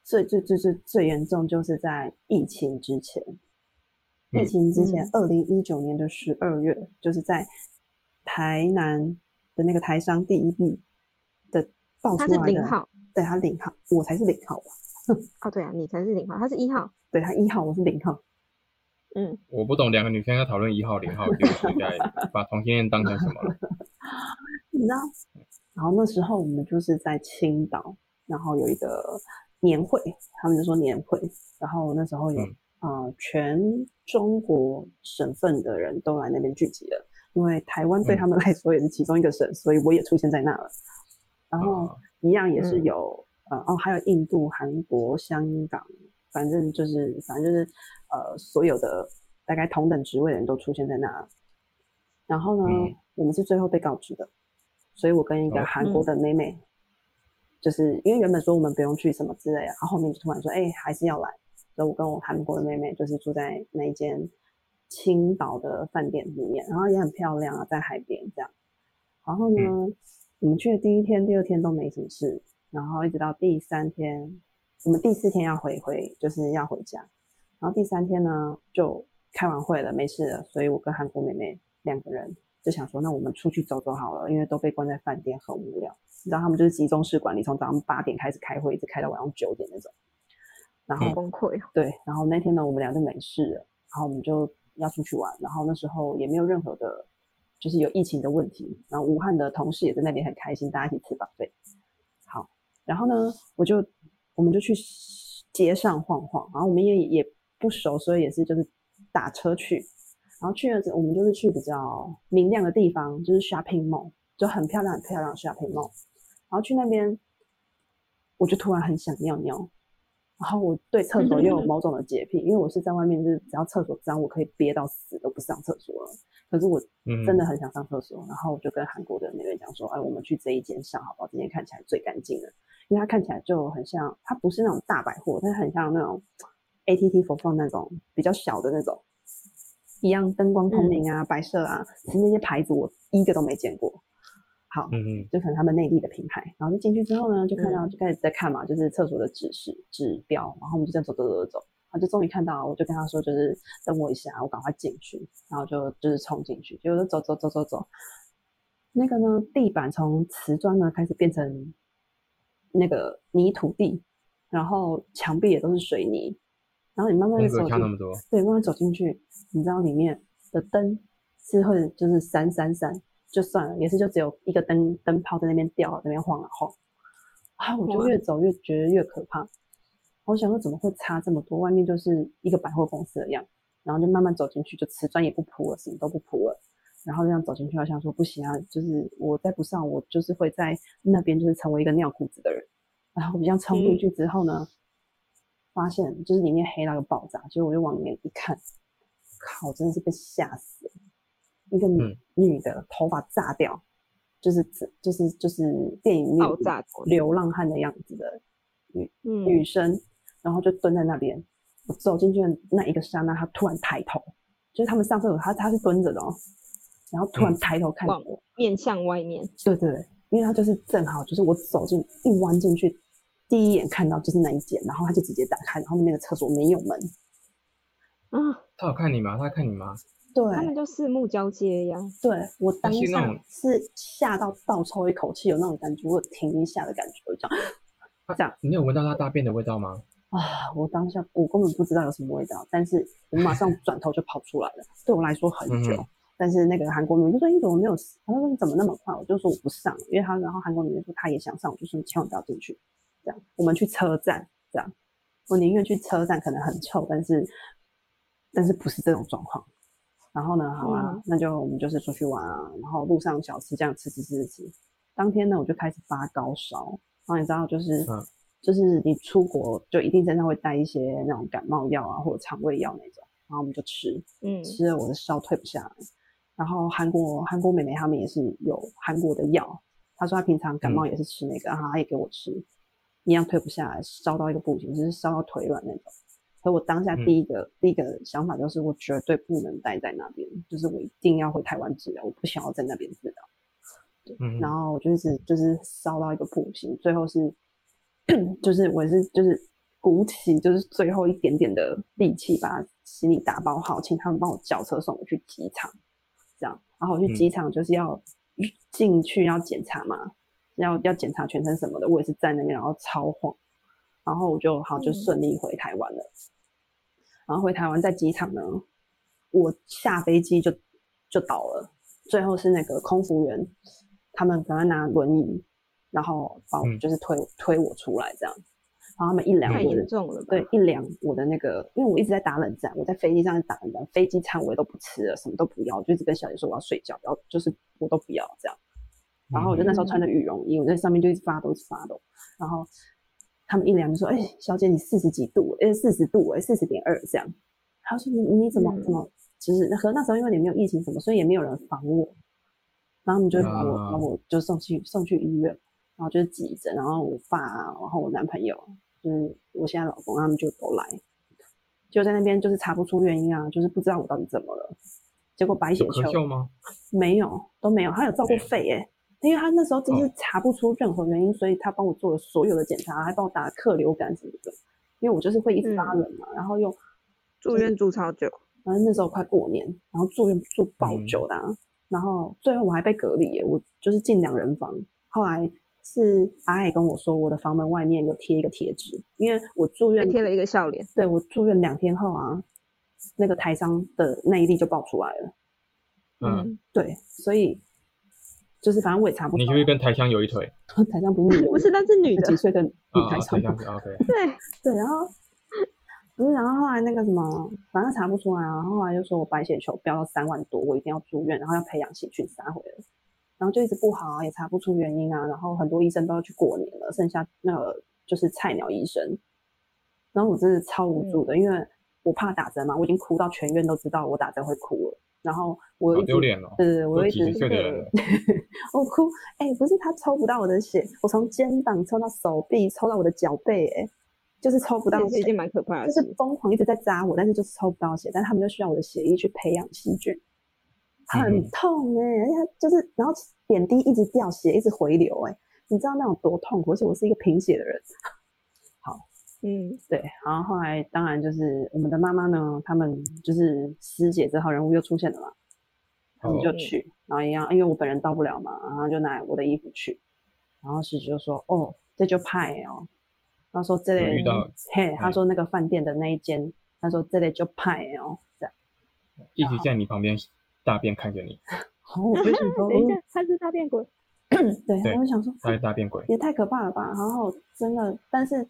最最最最最严重就是在疫情之前，疫
嗯
情之前
嗯，
二零一九年的十二月，就是在台南的那个台商第一地的爆出
他
来
是
的，
零号
对他零号，我才是零号吧？
哦，对啊，你才是零号，他是一号。
对他一号，我是零号，
嗯，
我不懂两个女生要讨论一号零号，就是 在把同性恋当成什么了？
你知道？嗯然后那时候我们就是在青岛，然后有一个年会，他们就说年会，然后那时候有、
嗯
呃全中国省份的人都来那边聚集了，因为台湾对
嗯
他们来说也是其中一个省，所以我也出现在那了。 然后
啊
一样也是
嗯
有、呃哦，还有印度、韩国、香港，反正就是反正就是呃所有的大概同等职位的人都出现在那。然后呢，
嗯
我们是最后被告知的，所以我跟一个
哦
韩国的妹妹，就是因为原本说我们不用去什么之类啊的，然后后面就突然说，哎、还是要来。所以我跟我韩国的妹妹就是住在那一间青岛的饭店里面，然后也很漂亮啊，在海边这样。然后呢，我们去的第一天、第二天都没什么事，然后一直到第三天，我们第四天要回回，就是要回家。然后第三天呢，就开完会了，没事了，所以我跟韩国妹妹两个人就想说，那我们出去走走好了，因为都被关在饭店，很无聊。你知道他们就是集中式管理，从早上八点开始开会，一直开到晚上九点那种。然后
好崩溃哦。
对，然后那天呢，我们俩就没事了，然后我们就要出去玩，然后那时候也没有任何的，就是有疫情的问题，然后武汉的同事也在那边很开心，大家一起吃饱对。好，然后呢，我就我们就去街上晃晃，然后我们也也不熟，所以也是就是打车去，然后去了之我们就是去比较明亮的地方，就是 shopping mall，就很漂亮很漂亮的 shopping mall，然后去那边，我就突然很想尿尿。然后我对厕所又有某种的洁癖，因为我是在外面，就是只要厕所脏，我可以憋到死都不上厕所了。可是我
嗯，
真的很想上厕所，然后我就跟韩国的妹妹讲说：“哎，我们去这一间上好不好？这间看起来最干净的，因为它看起来就很像，它不是那种大百货，但是很像那种 ATT 佛放那种比较小的那种，一样灯光透明啊、白色啊，其实那些牌子我一个都没见过。好，
嗯嗯
就可能他们内地的品牌。然后就进去之后呢，就看到就开始在看嘛，就是厕所的指示指标，然后我们就这样走走走走走，然后就终于看到，我就跟他说，就是等我一下，我赶快进去，然后就就是冲进去，结果就走走走走走，那个呢，地板从瓷砖呢开始变成那个泥土地，然后墙壁也都是水泥，然后你慢慢
嗯，
的
那
走
个
进
差那么多，
对，慢慢走进去，你知道里面的灯是会就是闪闪闪，就算了，也是就只有一个灯灯泡在那边掉，在那边晃啊晃。啊，我就
哇
越走越觉得越可怕。我想说怎么会差这么多？外面就是一个百货公司的样子，然后就慢慢走进去，就瓷砖也不铺了，什么都不铺了。然后这样走进去，我想说不行啊，就是我再不上，我就是会在那边就是成为一个尿裤子的人。然后我们这样冲进
嗯
去之后呢，发现就是里面黑到个爆炸，结果我就往里面一看，靠，真的是被吓死了！一个女、
嗯
女的头发炸掉，就是就是就是电影里面
爆炸头
流浪汉的样子的
嗯，
女生，然后就蹲在那边。我走进去的那一个刹那，她突然抬头，就是他们上厕所，她她是蹲着的哦，然后突然
嗯
抬头看着
往
我，
面向外面，
对对，对因为他就是正好就是我走进一弯进去，第一眼看到就是那一间，然后他就直接打开，然后那边的厕所没有门。
啊，
他有看你吗？他看你吗？
对
他们就四目交接一样。
对，我当
是那
下
种
是吓到倒抽一口气，有那种感觉，我有停一下的感觉，我就这样
他
这样
你有闻到他大便的味道吗？
啊，我当下我根本不知道有什么味道，但是我马上转头就跑出来了。对我来说很久，
嗯哼
但是那个韩国女就说哎你怎么没有？他说你怎么那么快？我就说我不上，因为他然后韩国女就说她也想上，我就说你千万不要进去。这样，我们去车站，这样，我宁愿去车站，可能很臭，但是但是不是这种状况。然后呢，好啊，
嗯
那就我们就是出去玩啊，然后路上小吃这样吃吃吃吃吃。当天呢，我就开始发高烧，然后你知道就是、
嗯
就是你出国就一定身上会带一些那种感冒药啊或者肠胃药那种，然后我们就吃，
嗯
吃了我的烧退不下来。然后韩国韩国妹妹她们也是有韩国的药，她说她平常感冒也是吃那个，然后她也给我吃，一样退不下来，烧到一个不行，就是烧到腿软那种。所以我当下
嗯
第一个、第一个想法就是，我绝对不能待在那边，就是我一定要回台湾治疗，我不想要在那边治疗。
嗯，
然后我就是就是烧到一个不行，最后是 就是我也是就是鼓起就是最后一点点的力气把行李打包好，请他们帮我叫车送我去机场，这样，然后我去
嗯
机场就是要进去要检查嘛，要要检查全身什么的，我也是站那边然后超晃，然后我就好就
嗯
顺利回台湾了，然后回台湾在机场呢，我下飞机就就倒了。最后是那个空服员，他们赶快拿轮椅，然后把我
嗯
就是推、推我出来这样，然后他们一量
太
我的
严重了吧？
对，一量我的那个，因为我一直在打冷战，我在飞机上打冷战，飞机餐我也都不吃了，什么都不要，我就一直跟小姐说我要睡觉，然后就是我都不要这样。然后我就那时候穿着羽绒衣，我在上面就一直发抖，一直发抖。然后他们一量就说：“哎、小姐，你四十几度，哎、四十度，哎、四十点二这样。”他说：“你你怎么
嗯
怎么？就是那和那时候因为你没有疫情什么，所以也没有人防我。”然后他们就会把我把
啊
我就送去送去医院，然后就是急诊，然后我爸啊，然后我男朋友，就是我现在老公，他们就都来，就在那边就是查不出原因啊，就是不知道我到底怎么了。结果白血
有咳
球
嗽吗？
没有都没有，他有照过哦
没有
肺耶、因为他那时候真是查不出任何原因，所以他帮我做了所有的检查，还帮我打客流感什么的。因为我就是会一直发
嗯
冷嘛，然后又
住院住超久，
反正那时候快过年，然后住院住爆
嗯
久的、啊，然后最后我还被隔离耶，我就是进两人房。后来是阿爱跟我说，我的房门外面有贴一个贴纸，因为我住
还
院
贴了一个笑脸。
对我住院两天后啊，那个台商的内力就爆出来了。
嗯，
嗯，
对，所以就是反正我也查不
你
出
是不是跟台香有一腿？
来， 台商不是女人
不是，那是女
那几
的。
岁的女
啊，
嗯台
台
商
香
吗？
是 OK，
对，
对，然后不是，然后后来那个什么，反正查不出来啊，然后后来就说我白血球飙到三万多，我一定要住院，然后要培养细菌杀回来，然后就一直不好啊，也查不出原因啊，然后很多医生都要去过年了，剩下那个就是菜鸟医生，然后我真是超无助的，因为我怕打针嘛，我已经哭到全院都知道我打针会哭了，然后我
好
又一直
丢脸哦。
对，我
都
一
几
直
十岁的
对
人了
我哭，哎、不是他抽不到我的血，我从肩膀抽到手臂，抽到我的脚背、哎，就是抽不到
这是一
血
件，蛮可怕
就
的
是
事。
疯狂一直在扎我，但是就是抽不到血，但是他们就需要我的血液去培养细菌，很
嗯
痛哎、而且它就是然后点滴一直掉血，一直回流、哎，你知道那有多痛苦？而且我是一个贫血的人，
嗯，
对，然后后来当然就是我们的妈妈呢，他们就是师姐这号人物又出现了嘛，他们就
哦
去，然后一样，因为我本人到不了嘛，然后就拿我的衣服去，然后师姐就说：“哦，这就派哦。”然后说这
有
类
遇到
嘿，他
嗯
说那个饭店的那一间，他说这类就派哦，这样，
一直在你旁边大便看着 你，
然后我就想 说，
等一下，他是大便鬼。
嗯对，
对
我就想说，
他是大便鬼。
也太可怕了吧！然后真的，但是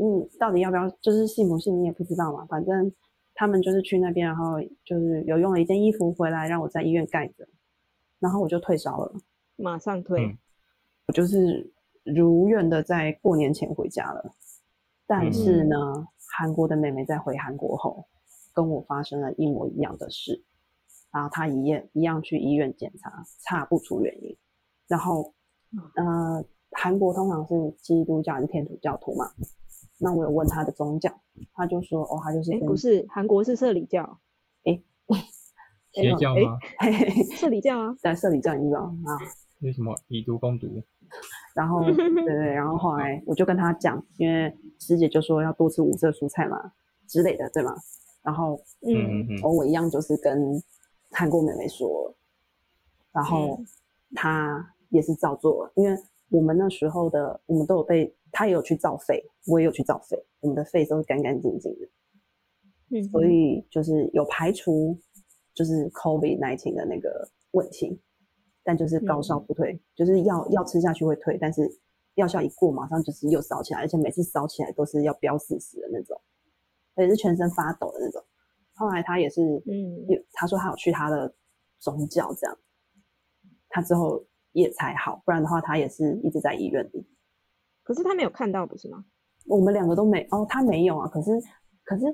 嗯，到底要不要，就是信不信你也不知道嘛。反正他们就是去那边，然后就是有用了一件衣服回来，让我在医院盖着，然后我就退烧了，
马上退
嗯，
我就是如愿的在过年前回家了。
嗯
但是呢，韩国的妹妹在回韩国后跟我发生了一模一样的事，然后她一样一样去医院检查，查不出原因。然后，
嗯
呃，韩国通常是基督教还是天主教徒嘛？那我有问他的宗教，他就说哦，他就是
哎，
跟
不是，韩国是社里教，
哎
邪
呦
教
哎
吗？
嘿嘿嘿
社里教啊，
在社里教你知道啊，
那什么以毒攻毒？
然后对对，然后后来我就跟他讲，因为师姐就说要多吃五色蔬菜嘛之类的，对吗？然后
嗯
嗯，
嗯
而我一样就是跟韩国妹妹说，然后她也是照做了，因为我们那时候的我们都有被，她也有去照肺，我也有去照肺，我们的肺都是干干净净的，
嗯，
所以就是有排除就是 COVID 1 9的那个问题，但就是高烧
嗯
不退，就是药药吃下去会退，但是药效一过马上就是又烧起来，而且每次烧起来都是要飙四十的那种，而且是全身发抖的那种。后来他也是，
嗯
有他说他有去他的宗教这样，他之后也才好，不然的话他也是一直在医院里。
可是他没有看到，不是吗？
我们两个都没哦，他没有啊。可是，可是，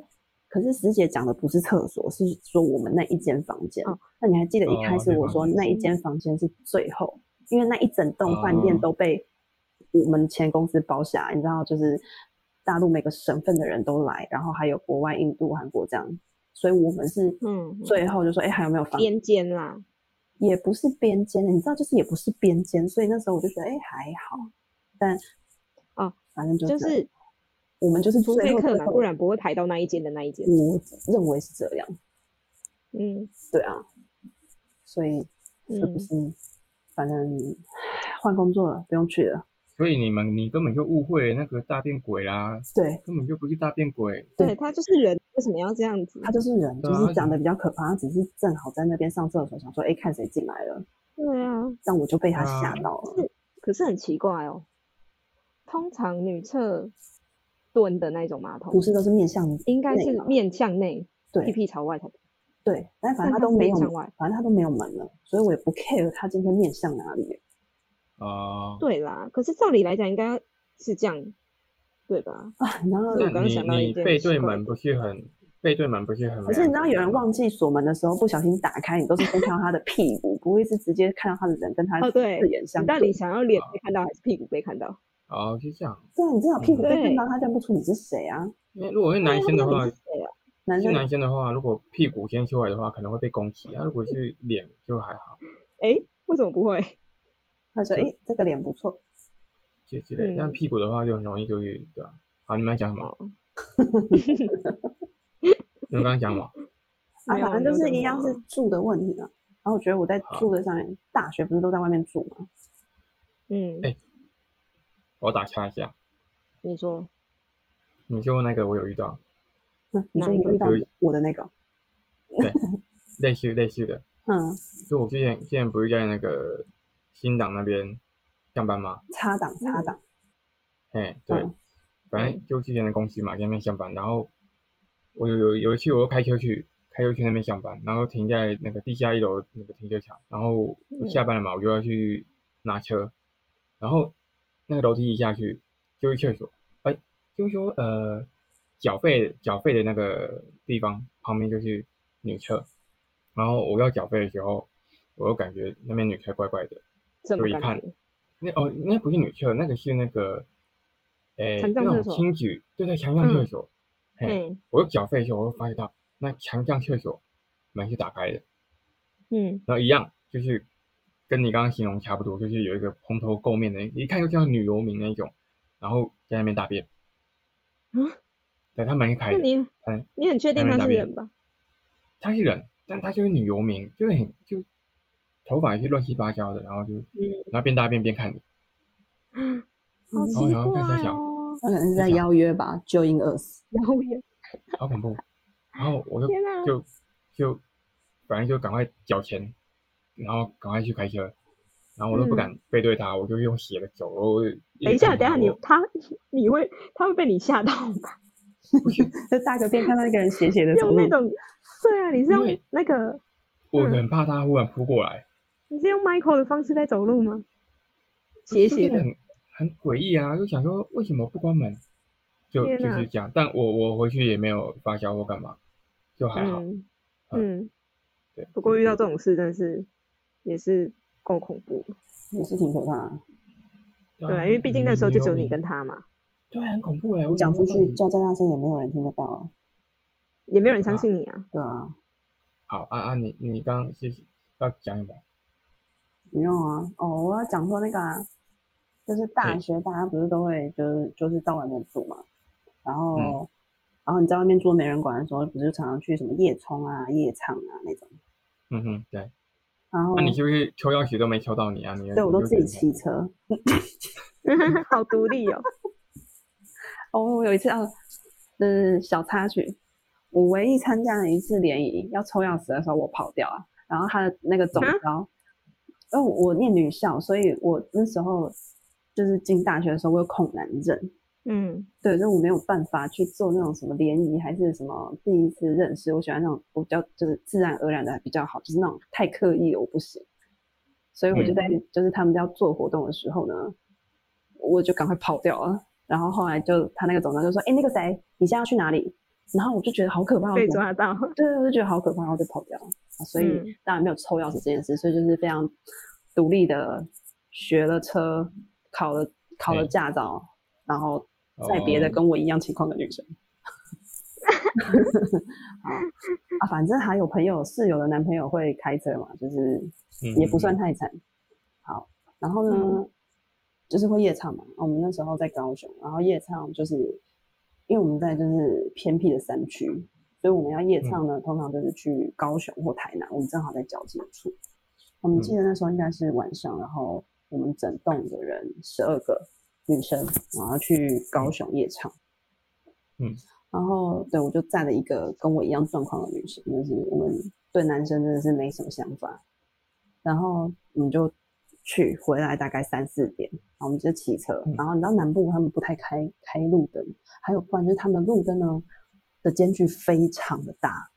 可是，师姐讲的不是厕所，是说我们那一间房间。
哦
那你还记得一开
哦
始
那
我
房
说
间
那一间房间是最后，因为那一整栋饭
哦
店都被我们前公司包下来，你知道，就是大陆每个省份的人都来，然后还有国外印度、韩国这样，所以我们是
嗯，
最后就说，哎、还有没有房
边间啦，
也不是边间的，你知道，就是也不是边间，所以那时候我就觉得，哎、还好，但
哦，
反正就
就
这样
是
我们就是
除
最
非
后
客
最
满，
后
不然不会排到那一间的那一间。
我认为是这样，
嗯，
对啊，所以是不
嗯
是？反正换工作了，不用去了。
所以你们你根本就误会那个大便鬼啦，
对，
根本就不是大便鬼。
对
对他就是人，为什么要这样子
他？就是人，
对
就
啊
是长得比较可怕，他只是正好在那边上厕所，想说，哎，看谁进来了，
对啊，
但我就被他
啊
吓到了。
可是很奇怪哦，通常女厕蹲的那种马桶
不，是都是面向
应该
内
是
嘛
面向内，屁
对
屁朝外才对。
对，但反
但
正他
他
都
是
没
面
有
向外，
反正他都没有门了，所以我也不 care 他今天面向哪里。
啊，
对啦，可是照理来讲应该是这样，对吧？
然后
那
对我刚刚
你
想到一
你
件
背
奇
对
怪
门不是很背对门不是很？
可是你知道
啊
有人忘记锁门的时候，不小心打开，你都是先看到他的屁股，不会是直接看到他的人跟他
哦，对
四，眼相
你
对。
到底想要脸被看到还是屁股被看到？
哦，是这样。
对啊，你至少屁股被看
对
到，他认不出你是谁啊。
那如果是
对
男
啊
生的
那
话
你，是谁啊
男
是
生，
男生的话，如果屁股先出来的话，可能会被攻击啊。如果是脸就还好。
哎，为什么不会？
他说：“诶，这个脸不错。
之之类的。但
嗯
屁股的话就很容易就会对吧、好，你们要讲什么？
哦，
你们刚刚讲什么？
啊，
没有
反正
没有
就
讲
是一
什
样
么
是
啊
住的问题啊。然后我觉得我在
好
住的上面，大学不是都在外面住吗？
嗯，
哎我打岔一下，
你说
你就那个我有遇到
那你
哪
说
一
你
个
遇到
有一
我的那个，
类似类似的，
嗯，
就我之前之前不是在那个新党那边上班吗？
插
嗯
档插档，
哎，对，
嗯
反正就之前的公司嘛，在那边上班，然后我有有有一次我又开车去开车去那边上班，然后停在那个地下一楼那个停车场，然后我下班了嘛，我就要去拿车，然后那个楼梯一下去就去厕所，哎，就是说呃缴费缴费的那个地方旁边就是女厕，然后我要缴费的时候，我又感觉那边女厕怪怪的。
怎么
注意
感
看
觉？
那哦，那不是女厕，那个是那个，诶，
残障
那
厕
种
所
轻举，对对，强上厕
嗯
所。嘿，
嗯
我有缴费的时候，我会发现到那强上厕所门是打开的，
嗯
然后一样就是跟你刚刚形容差不多，就是有一个蓬头垢面的，一看就像女游民那一种，然后在那边大便。
啊，
对，他门是开
那
的，
你
哎，
你很确定
那边
他
打
是
遍
人吧？
他是人，但他就是女游民，就是很就头发也是乱七八糟的，然后就
嗯
然后边大便边看你，
好
嗯
奇
然后然后再再
怪
想
哦，
他可能是在邀约吧，就因饿死。
然后也
好恐怖。然后我就
天啊哪
就就反正就赶快缴钱，然后赶快去开车，然后我都不
嗯
敢背对他，我就用斜的走路。
等一下，等一下，你
我
他你会他会被你吓到吧？
就大个便看到一个人斜斜的走
用
路
那，种对啊，你是
因
用
为
那个
我
嗯
很怕他忽然扑过来，
你是用 Michael 的方式在走路吗？斜
就是
斜的，
很很诡异啊，就想说为什么不关门，就
天
就
哪
是这样。但我我回去也没有发烧或干嘛，就还好。
嗯
嗯
嗯。
对，
不过
就
遇到
是
这种事真的是也是够恐怖的，
也是挺可怕的。
对
对
啊
啊，因为毕竟那时候就只有你跟
他，
他嘛，
对啊，很恐怖哎、我
你
想
讲
说
出
到
去
底
叫再大声也没有人听得到啊，
也没有人相
啊
信你啊。
对啊，
好啊啊，你你刚刚是要讲什么？
没有啊。哦，我要讲说那个啊，就是大
嘿
学大家不是都会就是就是到外面住嘛，然后、
嗯
然后你在外面住没人管的时候，不是常常去什么夜冲啊、夜唱啊那种，
嗯哼，对。
然后
那、啊你是不是抽钥匙都没抽到你啊？你
对我都
你就
自己
觉得
骑车。
好独立哦，
哦，我有一次哦，嗯，小插曲，我唯一参加了一次联谊，要抽钥匙的时候我跑掉啊，然后他的那个总
啊
招，因为我念女校，所以我那时候就是进大学的时候我有恐男症，
嗯，
对，所以我没有办法去做那种什么联谊还是什么第一次认识，我喜欢那种我比较就是自然而然的比较好，就是那种太刻意了我不行，所以我就
嗯
在、就是他们要做活动的时候呢，我就赶快跑掉了。然后后来就他那个总监就说：“哎，那个谁，你现在要去哪里？”然后我就觉得好可怕，
被
我
抓到，
对对，我就觉得好可怕，然后就跑掉了。啊所以、
嗯
当然没有抽钥匙这件事，所以就是非常独立的学了车，考了考了
嗯
驾照，然后在别的
哦
跟我一样情况的女生。 好啊，反正还有朋友室友的男朋友会开车嘛，就是也不算
嗯
太惨。好，然后呢，
嗯
就是会夜唱嘛。我们那时候在高雄，然后夜唱就是因为我们在就是偏僻的山区，所以我们要夜唱呢，通常就是去高雄或台南，我们正好在交界处。我们记得那时候应该是晚上，然后我们整栋的人十二个女生，然后去高雄夜唱。
嗯，
然后对我就站了一个跟我一样状况的女生，就是我们对男生真的是没什么想法。然后我们就去回来大概三四点，然后我们就骑车
嗯。
然后你知道南部他们不太开开路灯，还有不然就是他们路灯呢的间距非常的大，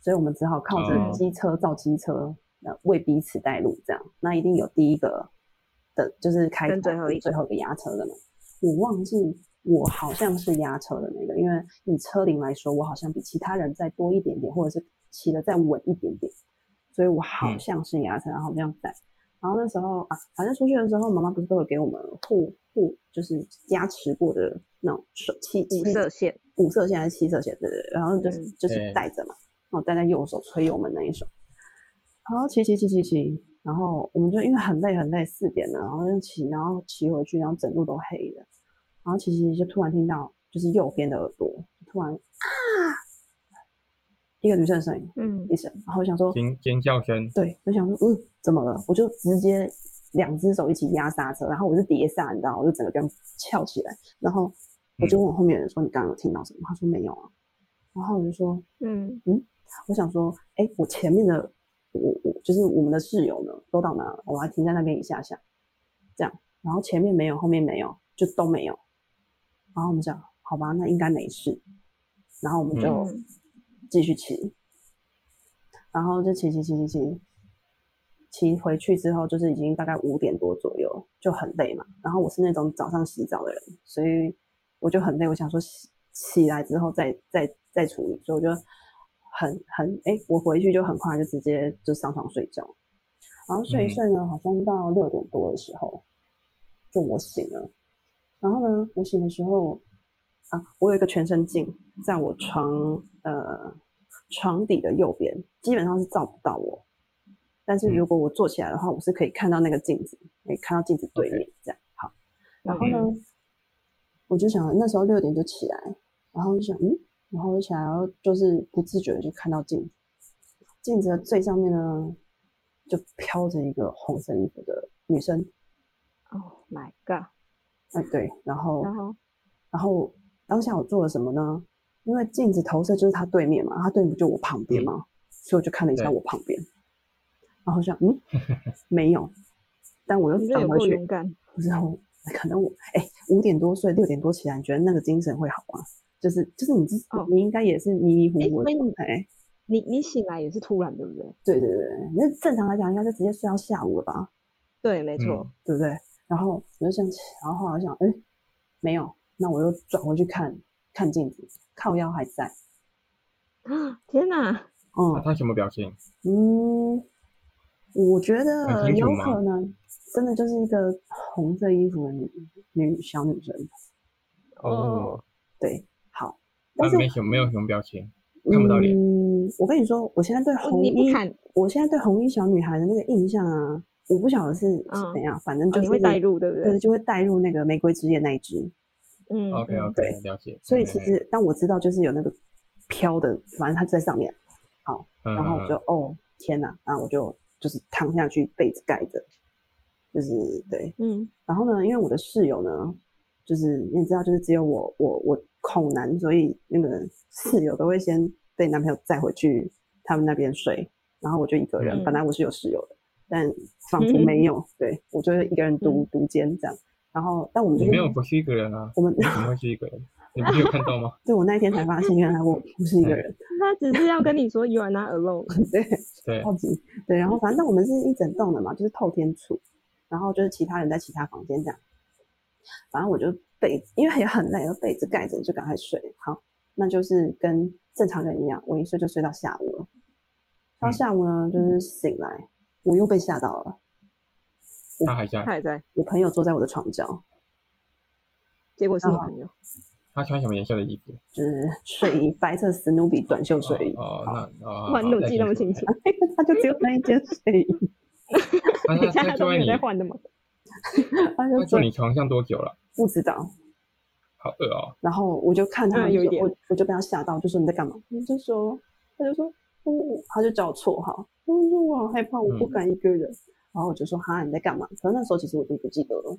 所以我们只好靠
哦
着机车造机车，那为彼此带路，这样那一定有第一个的，就是开
跟
头
最后一个
最后一个压车的嘛。我忘记我好像是压车的那个，因为以车龄来说，我好像比其他人再多一点点，或者是骑得再稳一点点，所以我好
嗯
像是压车，然后我这样带。然后那时候啊，反正出去的时候，妈妈不是都有给我们护护，就是加持过的那种手气
五色线，
五色线还是七色线，对对对，然后就是、
嗯
就是
对
哦带着嘛，然后戴在右手吹油门那一手，然后骑骑骑骑骑，然后我们就因为很累很累，四点了，然后就骑，然后骑回去，然后整路都黑的。然后琪琪就突然听到，就是右边的耳朵突然啊，一个女生的声音，
嗯
一声，然后我想说，
尖尖叫声，
对，我想说，嗯，怎么了？我就直接两只手一起压刹车，然后我是碟刹，你知道吗，我就整个跟翘起来，然后我就问我后面的人说：“你刚刚有听到什么？”他说：“没有啊。”然后我就说
嗯：“
我想说，哎，我前面的我我就是我们的室友呢，都到哪了？我要停在那边一下下，这样。然后前面没有，后面没有，就都没有。然后我们想，好吧，那应该没事。然后我们就
嗯
继续骑，然后就骑骑骑骑骑，骑回去之后就是已经大概五点多左右，就很累嘛。然后我是那种早上洗澡的人，所以我就很累。我想说洗起来之后再再再处理，所以我就很很哎，我回去就很快就直接就上床睡觉。然后睡一睡呢，好像到六点多的时候，就我醒了。然后呢，我醒的时候啊，我有一个全身镜在我床呃床底的右边，基本上是照不到我。但是如果我坐起来的话，我是可以看到那个镜子，可以看到镜子对
OK
面这样。好，然后呢，我就想那时候六点就起来，然后就想嗯，然后我就想要就是不自觉的就看到镜子，镜子的最上面呢就飘着一个红色衣服的女生，
，Oh my god，
哎对，然后
然后
然后当下我做了什么呢？因为镜子投射就是他对面嘛，他对面不就我旁边
嗯
嘛，所以我就看了一下
对
我旁边，然后想 嗯没有，但我又
你这
转
有
回
够
去，
勇敢，
不是我，可能我哎五点多睡，六点多起来，你觉得那个精神会好吗？就是就是你自、
哦
你应该也是迷迷糊
哎
糊
所以
的
你，
哎、
你你醒来也是突然，对不对？
对对对，对那正常来讲应该就直接睡到下午了吧，
对，
嗯
没错，
对不对？然后我就想起，然后后来想，哎，没有，那我又转回去看看镜子，靠腰还在，
天哪，
那
嗯
啊他什么表情？
嗯，我觉得
清楚
有
吗
可能真的就是一个红色衣服的女女小女生，
哦，
对，好，但
他
是
啊没什么没有什么表情，看不到脸
嗯，我跟你说，我现在对红
哦你
衣
不，看，
我现在对红衣小女孩的那个印象啊，我不晓得是是
嗯
怎样，反正
哦
就是
你会带入，对不
对，
对？
就会带入那个玫瑰之夜那一支。
嗯
OK
嗯
OK，了解。
所以其
嗯
实，但我知道就是有那个飘的，反正它就在上面。
嗯，
然后我就、哦天哪，然后我就就是躺下去，被子盖着，就是对。
嗯，
然后呢，因为我的室友呢，就是你知道，就是只有我我我恐男，所以那个室友都会先被男朋友载回去他们那边睡，然后我就一个人。
嗯
本来我是有室友的，但仿
嗯
佛没有，对我就是一个人独、独间这样。然后，但我们就
你
是
没有不是一个人啊，
我们
你怎么会是一个人？你不是有看到吗？
对我那一天才发现，原来我不是
嗯
一个人，
他只是要跟你说 you are not alone，
对。
对，
超级对，然后反正我们是一整栋的嘛，就是透天厝，然后就是其他人在其他房间这样。反正我就被，因为也很累，就被子盖着就赶快睡。好，那就是跟正常人一样，我一睡就睡到下午了。到
嗯
下午呢，就是醒来，我又被吓到了。
他还在
他。也在，
我朋友坐在我的床角，
结果是你
啊
朋友，
他穿什么颜色的衣服？
就是睡衣，白色史努比短袖睡衣，
哦，哦那哦，
哇，你怎么记那么清
楚？
楚？
他就只有那一件睡衣，
啊他
等一
他
下他
他
都
坐
没
在
有
你
在换的吗？
他
他
就
坐
坐
你床上多久了？
不知道，
好饿哦，
然后我就看他，
嗯有一
就
点嗯
我我就被他吓到，就说你在干嘛？我就说，他就说，嗯，他就叫我绰号，我就说我好害怕，我不
嗯
敢一个人。然后我就说哈，你在干嘛？可是那时候其实我已经不记得了。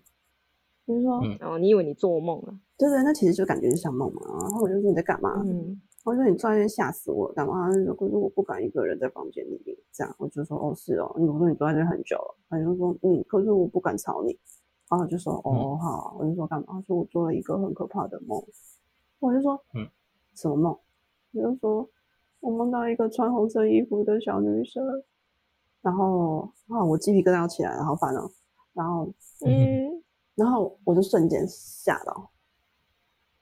我就说，
嗯
哦，你以为你做梦了？
对对，那其实就感觉是像梦嘛。然后我就说你在干 嘛？
嗯，
我说你坐在那边吓死我了干嘛？如果说我不敢一个人在房间里面这样，我就说哦是哦，我说你坐在这边很久了，他就说嗯，可是我不敢吵你，然后我就说哦好啊，我就说干嘛？他说我做了一个很可怕的梦，我就说
嗯，
什么梦？我就说我梦到一个穿红色衣服的小女生，然后啊我鸡皮疙瘩要起来了，好烦哦，然后
嗯，
然后我就瞬间吓到，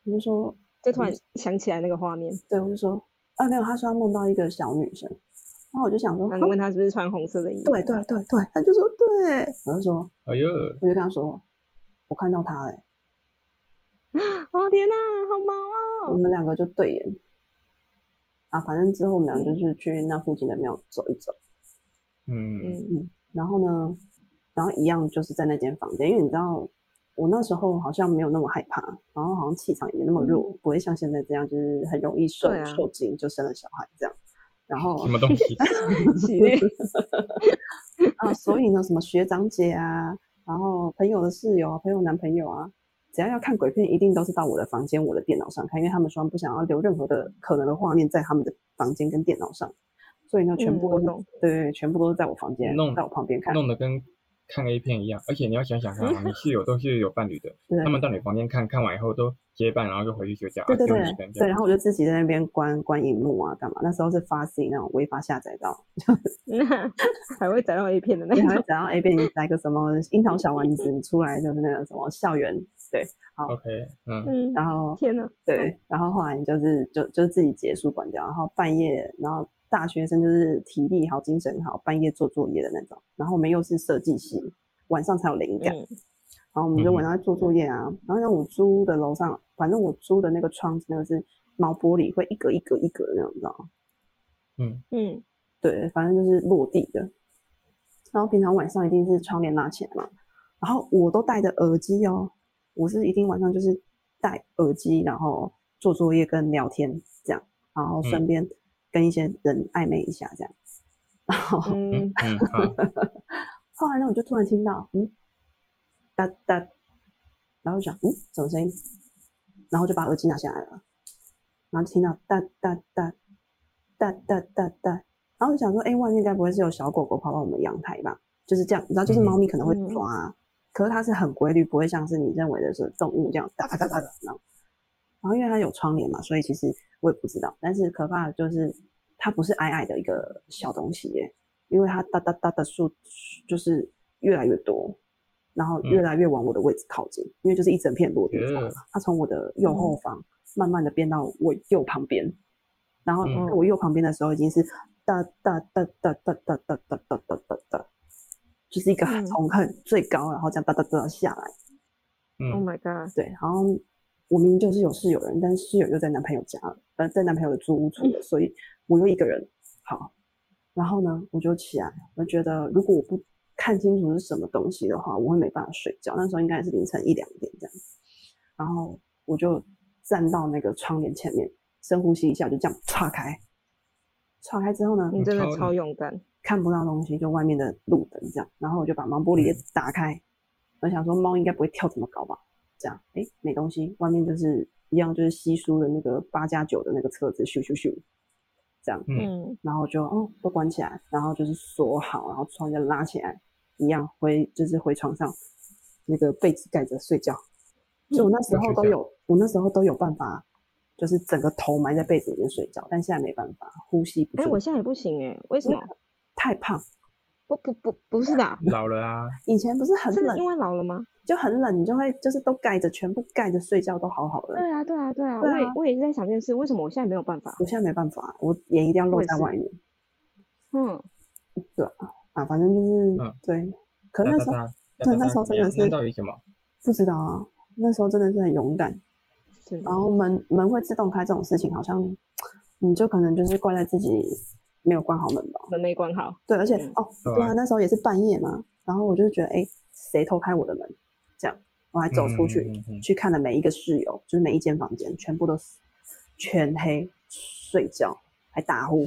我就说
就突然想起来那个画面，
对，我就说啊，没有，他说他梦到一个小女生，然后我就想说，
那
啊
你问他是不是穿红色的衣服？
对对对对，他就说对，我就说，
哎呦，
我就跟他说，我看到他哎、
哦天哪，好毛
我
哦！
们两个就对眼，啊，反正之后我们俩就是去那附近的庙走一走，
嗯，
嗯，
然后呢，然后一样就是在那间房间，因为你知道我那时候好像没有那么害怕，然后好像气场也没那么弱，不会像现在这样就是很容易
嗯
受、
对啊
受惊就生了小孩这样。然后
什么东西？
系列
啊，所以呢，什么学长姐啊，然后朋友的室友啊，朋友男朋友啊，只要要看鬼片，一定都是到我的房间、我的电脑上看，因为他们说他们不想要留任何的可能的画面在他们的房间跟电脑上，所以呢，全
嗯
部
我
都是、
懂
对对，全部都是在我房间
弄，
在我旁边看，
弄得跟看 A 片一样，而且你要想想看啊，你室友都是有伴侣的，
对
他们到你房间看看完以后都结伴，然后就回去睡觉，
对对
啊只有
对
你一个人这
对，
样
然后我就自己在那边关关荧幕啊，干嘛？那时候是发自己那种违法下载到，
嗯还会找到 A 片的那
你还
种
会，想要 A 片，你来个什么樱桃小丸子，你出来就是那个什么校园，对，
OK，嗯，
嗯，
然后
天哪，
对，然后后来你就是就就自己结束关掉，然后半夜，然后大学生就是体力好、精神好，半夜做作业的那种。然后我们又是设计系，晚上才有灵感，
嗯
然后我们就晚
嗯
上在做作业啊。然后像我租的楼上，反正我租的那个窗子那个是毛玻璃，会一格一格一格的那种，你知道吗？
嗯，
对，反正就是落地的。然后平常晚上一定是窗帘拉起来嘛，然后我都戴着耳机哦，我是一定晚上就是戴耳机，然后做作业跟聊天这样，然后身边跟一些人暧昧一下这样。然后
嗯
嗯，
嗯好，
后来呢，我就突然听到嗯哒哒，然后就想嗯什么声音，然后就把耳机拿下来了，然后就听到哒哒哒哒哒哒哒，然后就想说，哎、外面该不会是有小狗狗跑到我们阳台吧？就是这样，你知道，就是猫咪可能会
嗯
抓啊、可是它是很规律，不会像是你认为的是动物这样哒哒哒哒哒那种。然后因为它有窗帘嘛，所以其实我也不知道。但是可怕的就是它不是矮矮的一个小东西耶，因为它哒哒哒的数就是越来越多，然后越
嗯
来越往我的位置靠近，因为就是一整片落地窗
耶，
嘛
嗯
它从我的右后方慢慢的变到我右旁边，然后
嗯
我右旁边的时候已经是哒哒哒哒哒哒哒哒哒哒哒哒，就是一个
嗯
从很最高，然后这样哒哒哒下来。
，Oh
嗯
my god，
对，然后我明明就是有室友人，但是室友又在男朋友家了，呃，在男朋友的租屋处了，所以我又一个人。好，然后呢，我就起来，我觉得如果我不看清楚是什么东西的话，我会没办法睡觉。那时候应该也是凌晨一两点这样，然后我就站到那个窗帘前面，深呼吸一下，就这样岔开。岔开之后呢，
你真的
嗯超
超勇敢，
看不到东西，就外面的路灯这样。然后我就把毛玻璃也打开，我想说猫应该不会跳这么高吧？这样，哎，没东西，外面就是一样，就是稀疏的那个八加九的那个车子，咻咻咻，这样。
嗯
嗯，
然后我就哦都关起来，然后就是锁好，然后窗帘拉起来，一样回就是回床上，那个被子盖着睡觉。所以我那时候都有，我那时候都有办法，就是整个头埋在被子里面睡觉，但现在没办法，呼吸不
哎，
住
我，现在也不行哎，为什
因为
么？
太胖。
不不不，不是的 啊，
老了啊，
以前不是很
是因
冷，
为老了吗？
就很冷，你就会就是都盖着，全部盖着睡觉都好好的。
对啊，对啊，对啊，
对
我也
啊
我也在想这件事，为什么我现在没有办法？
我现在没办法，我眼一定要露
我也
在
是
外面
嗯，
啊，反正就是、
嗯
对。可
哒
那
哒
时候
哒，哒
对
哒
那
哒
时候
怎
真的
样那
是
到底什么？
不知道啊，那时候真的是很勇敢。
真的
然后门门会自动开这种事情，好像你就可能就是怪在自己没有关好门吧。
门没关好，
对，而且、
嗯
哦，
对
对啊，那时候也是半夜嘛，然后我就觉得，哎，谁偷开我的门？这样，我还走出去、
嗯嗯嗯嗯
去看了每一个室友，就是每一间房间，全部都是全黑，睡觉还打呼。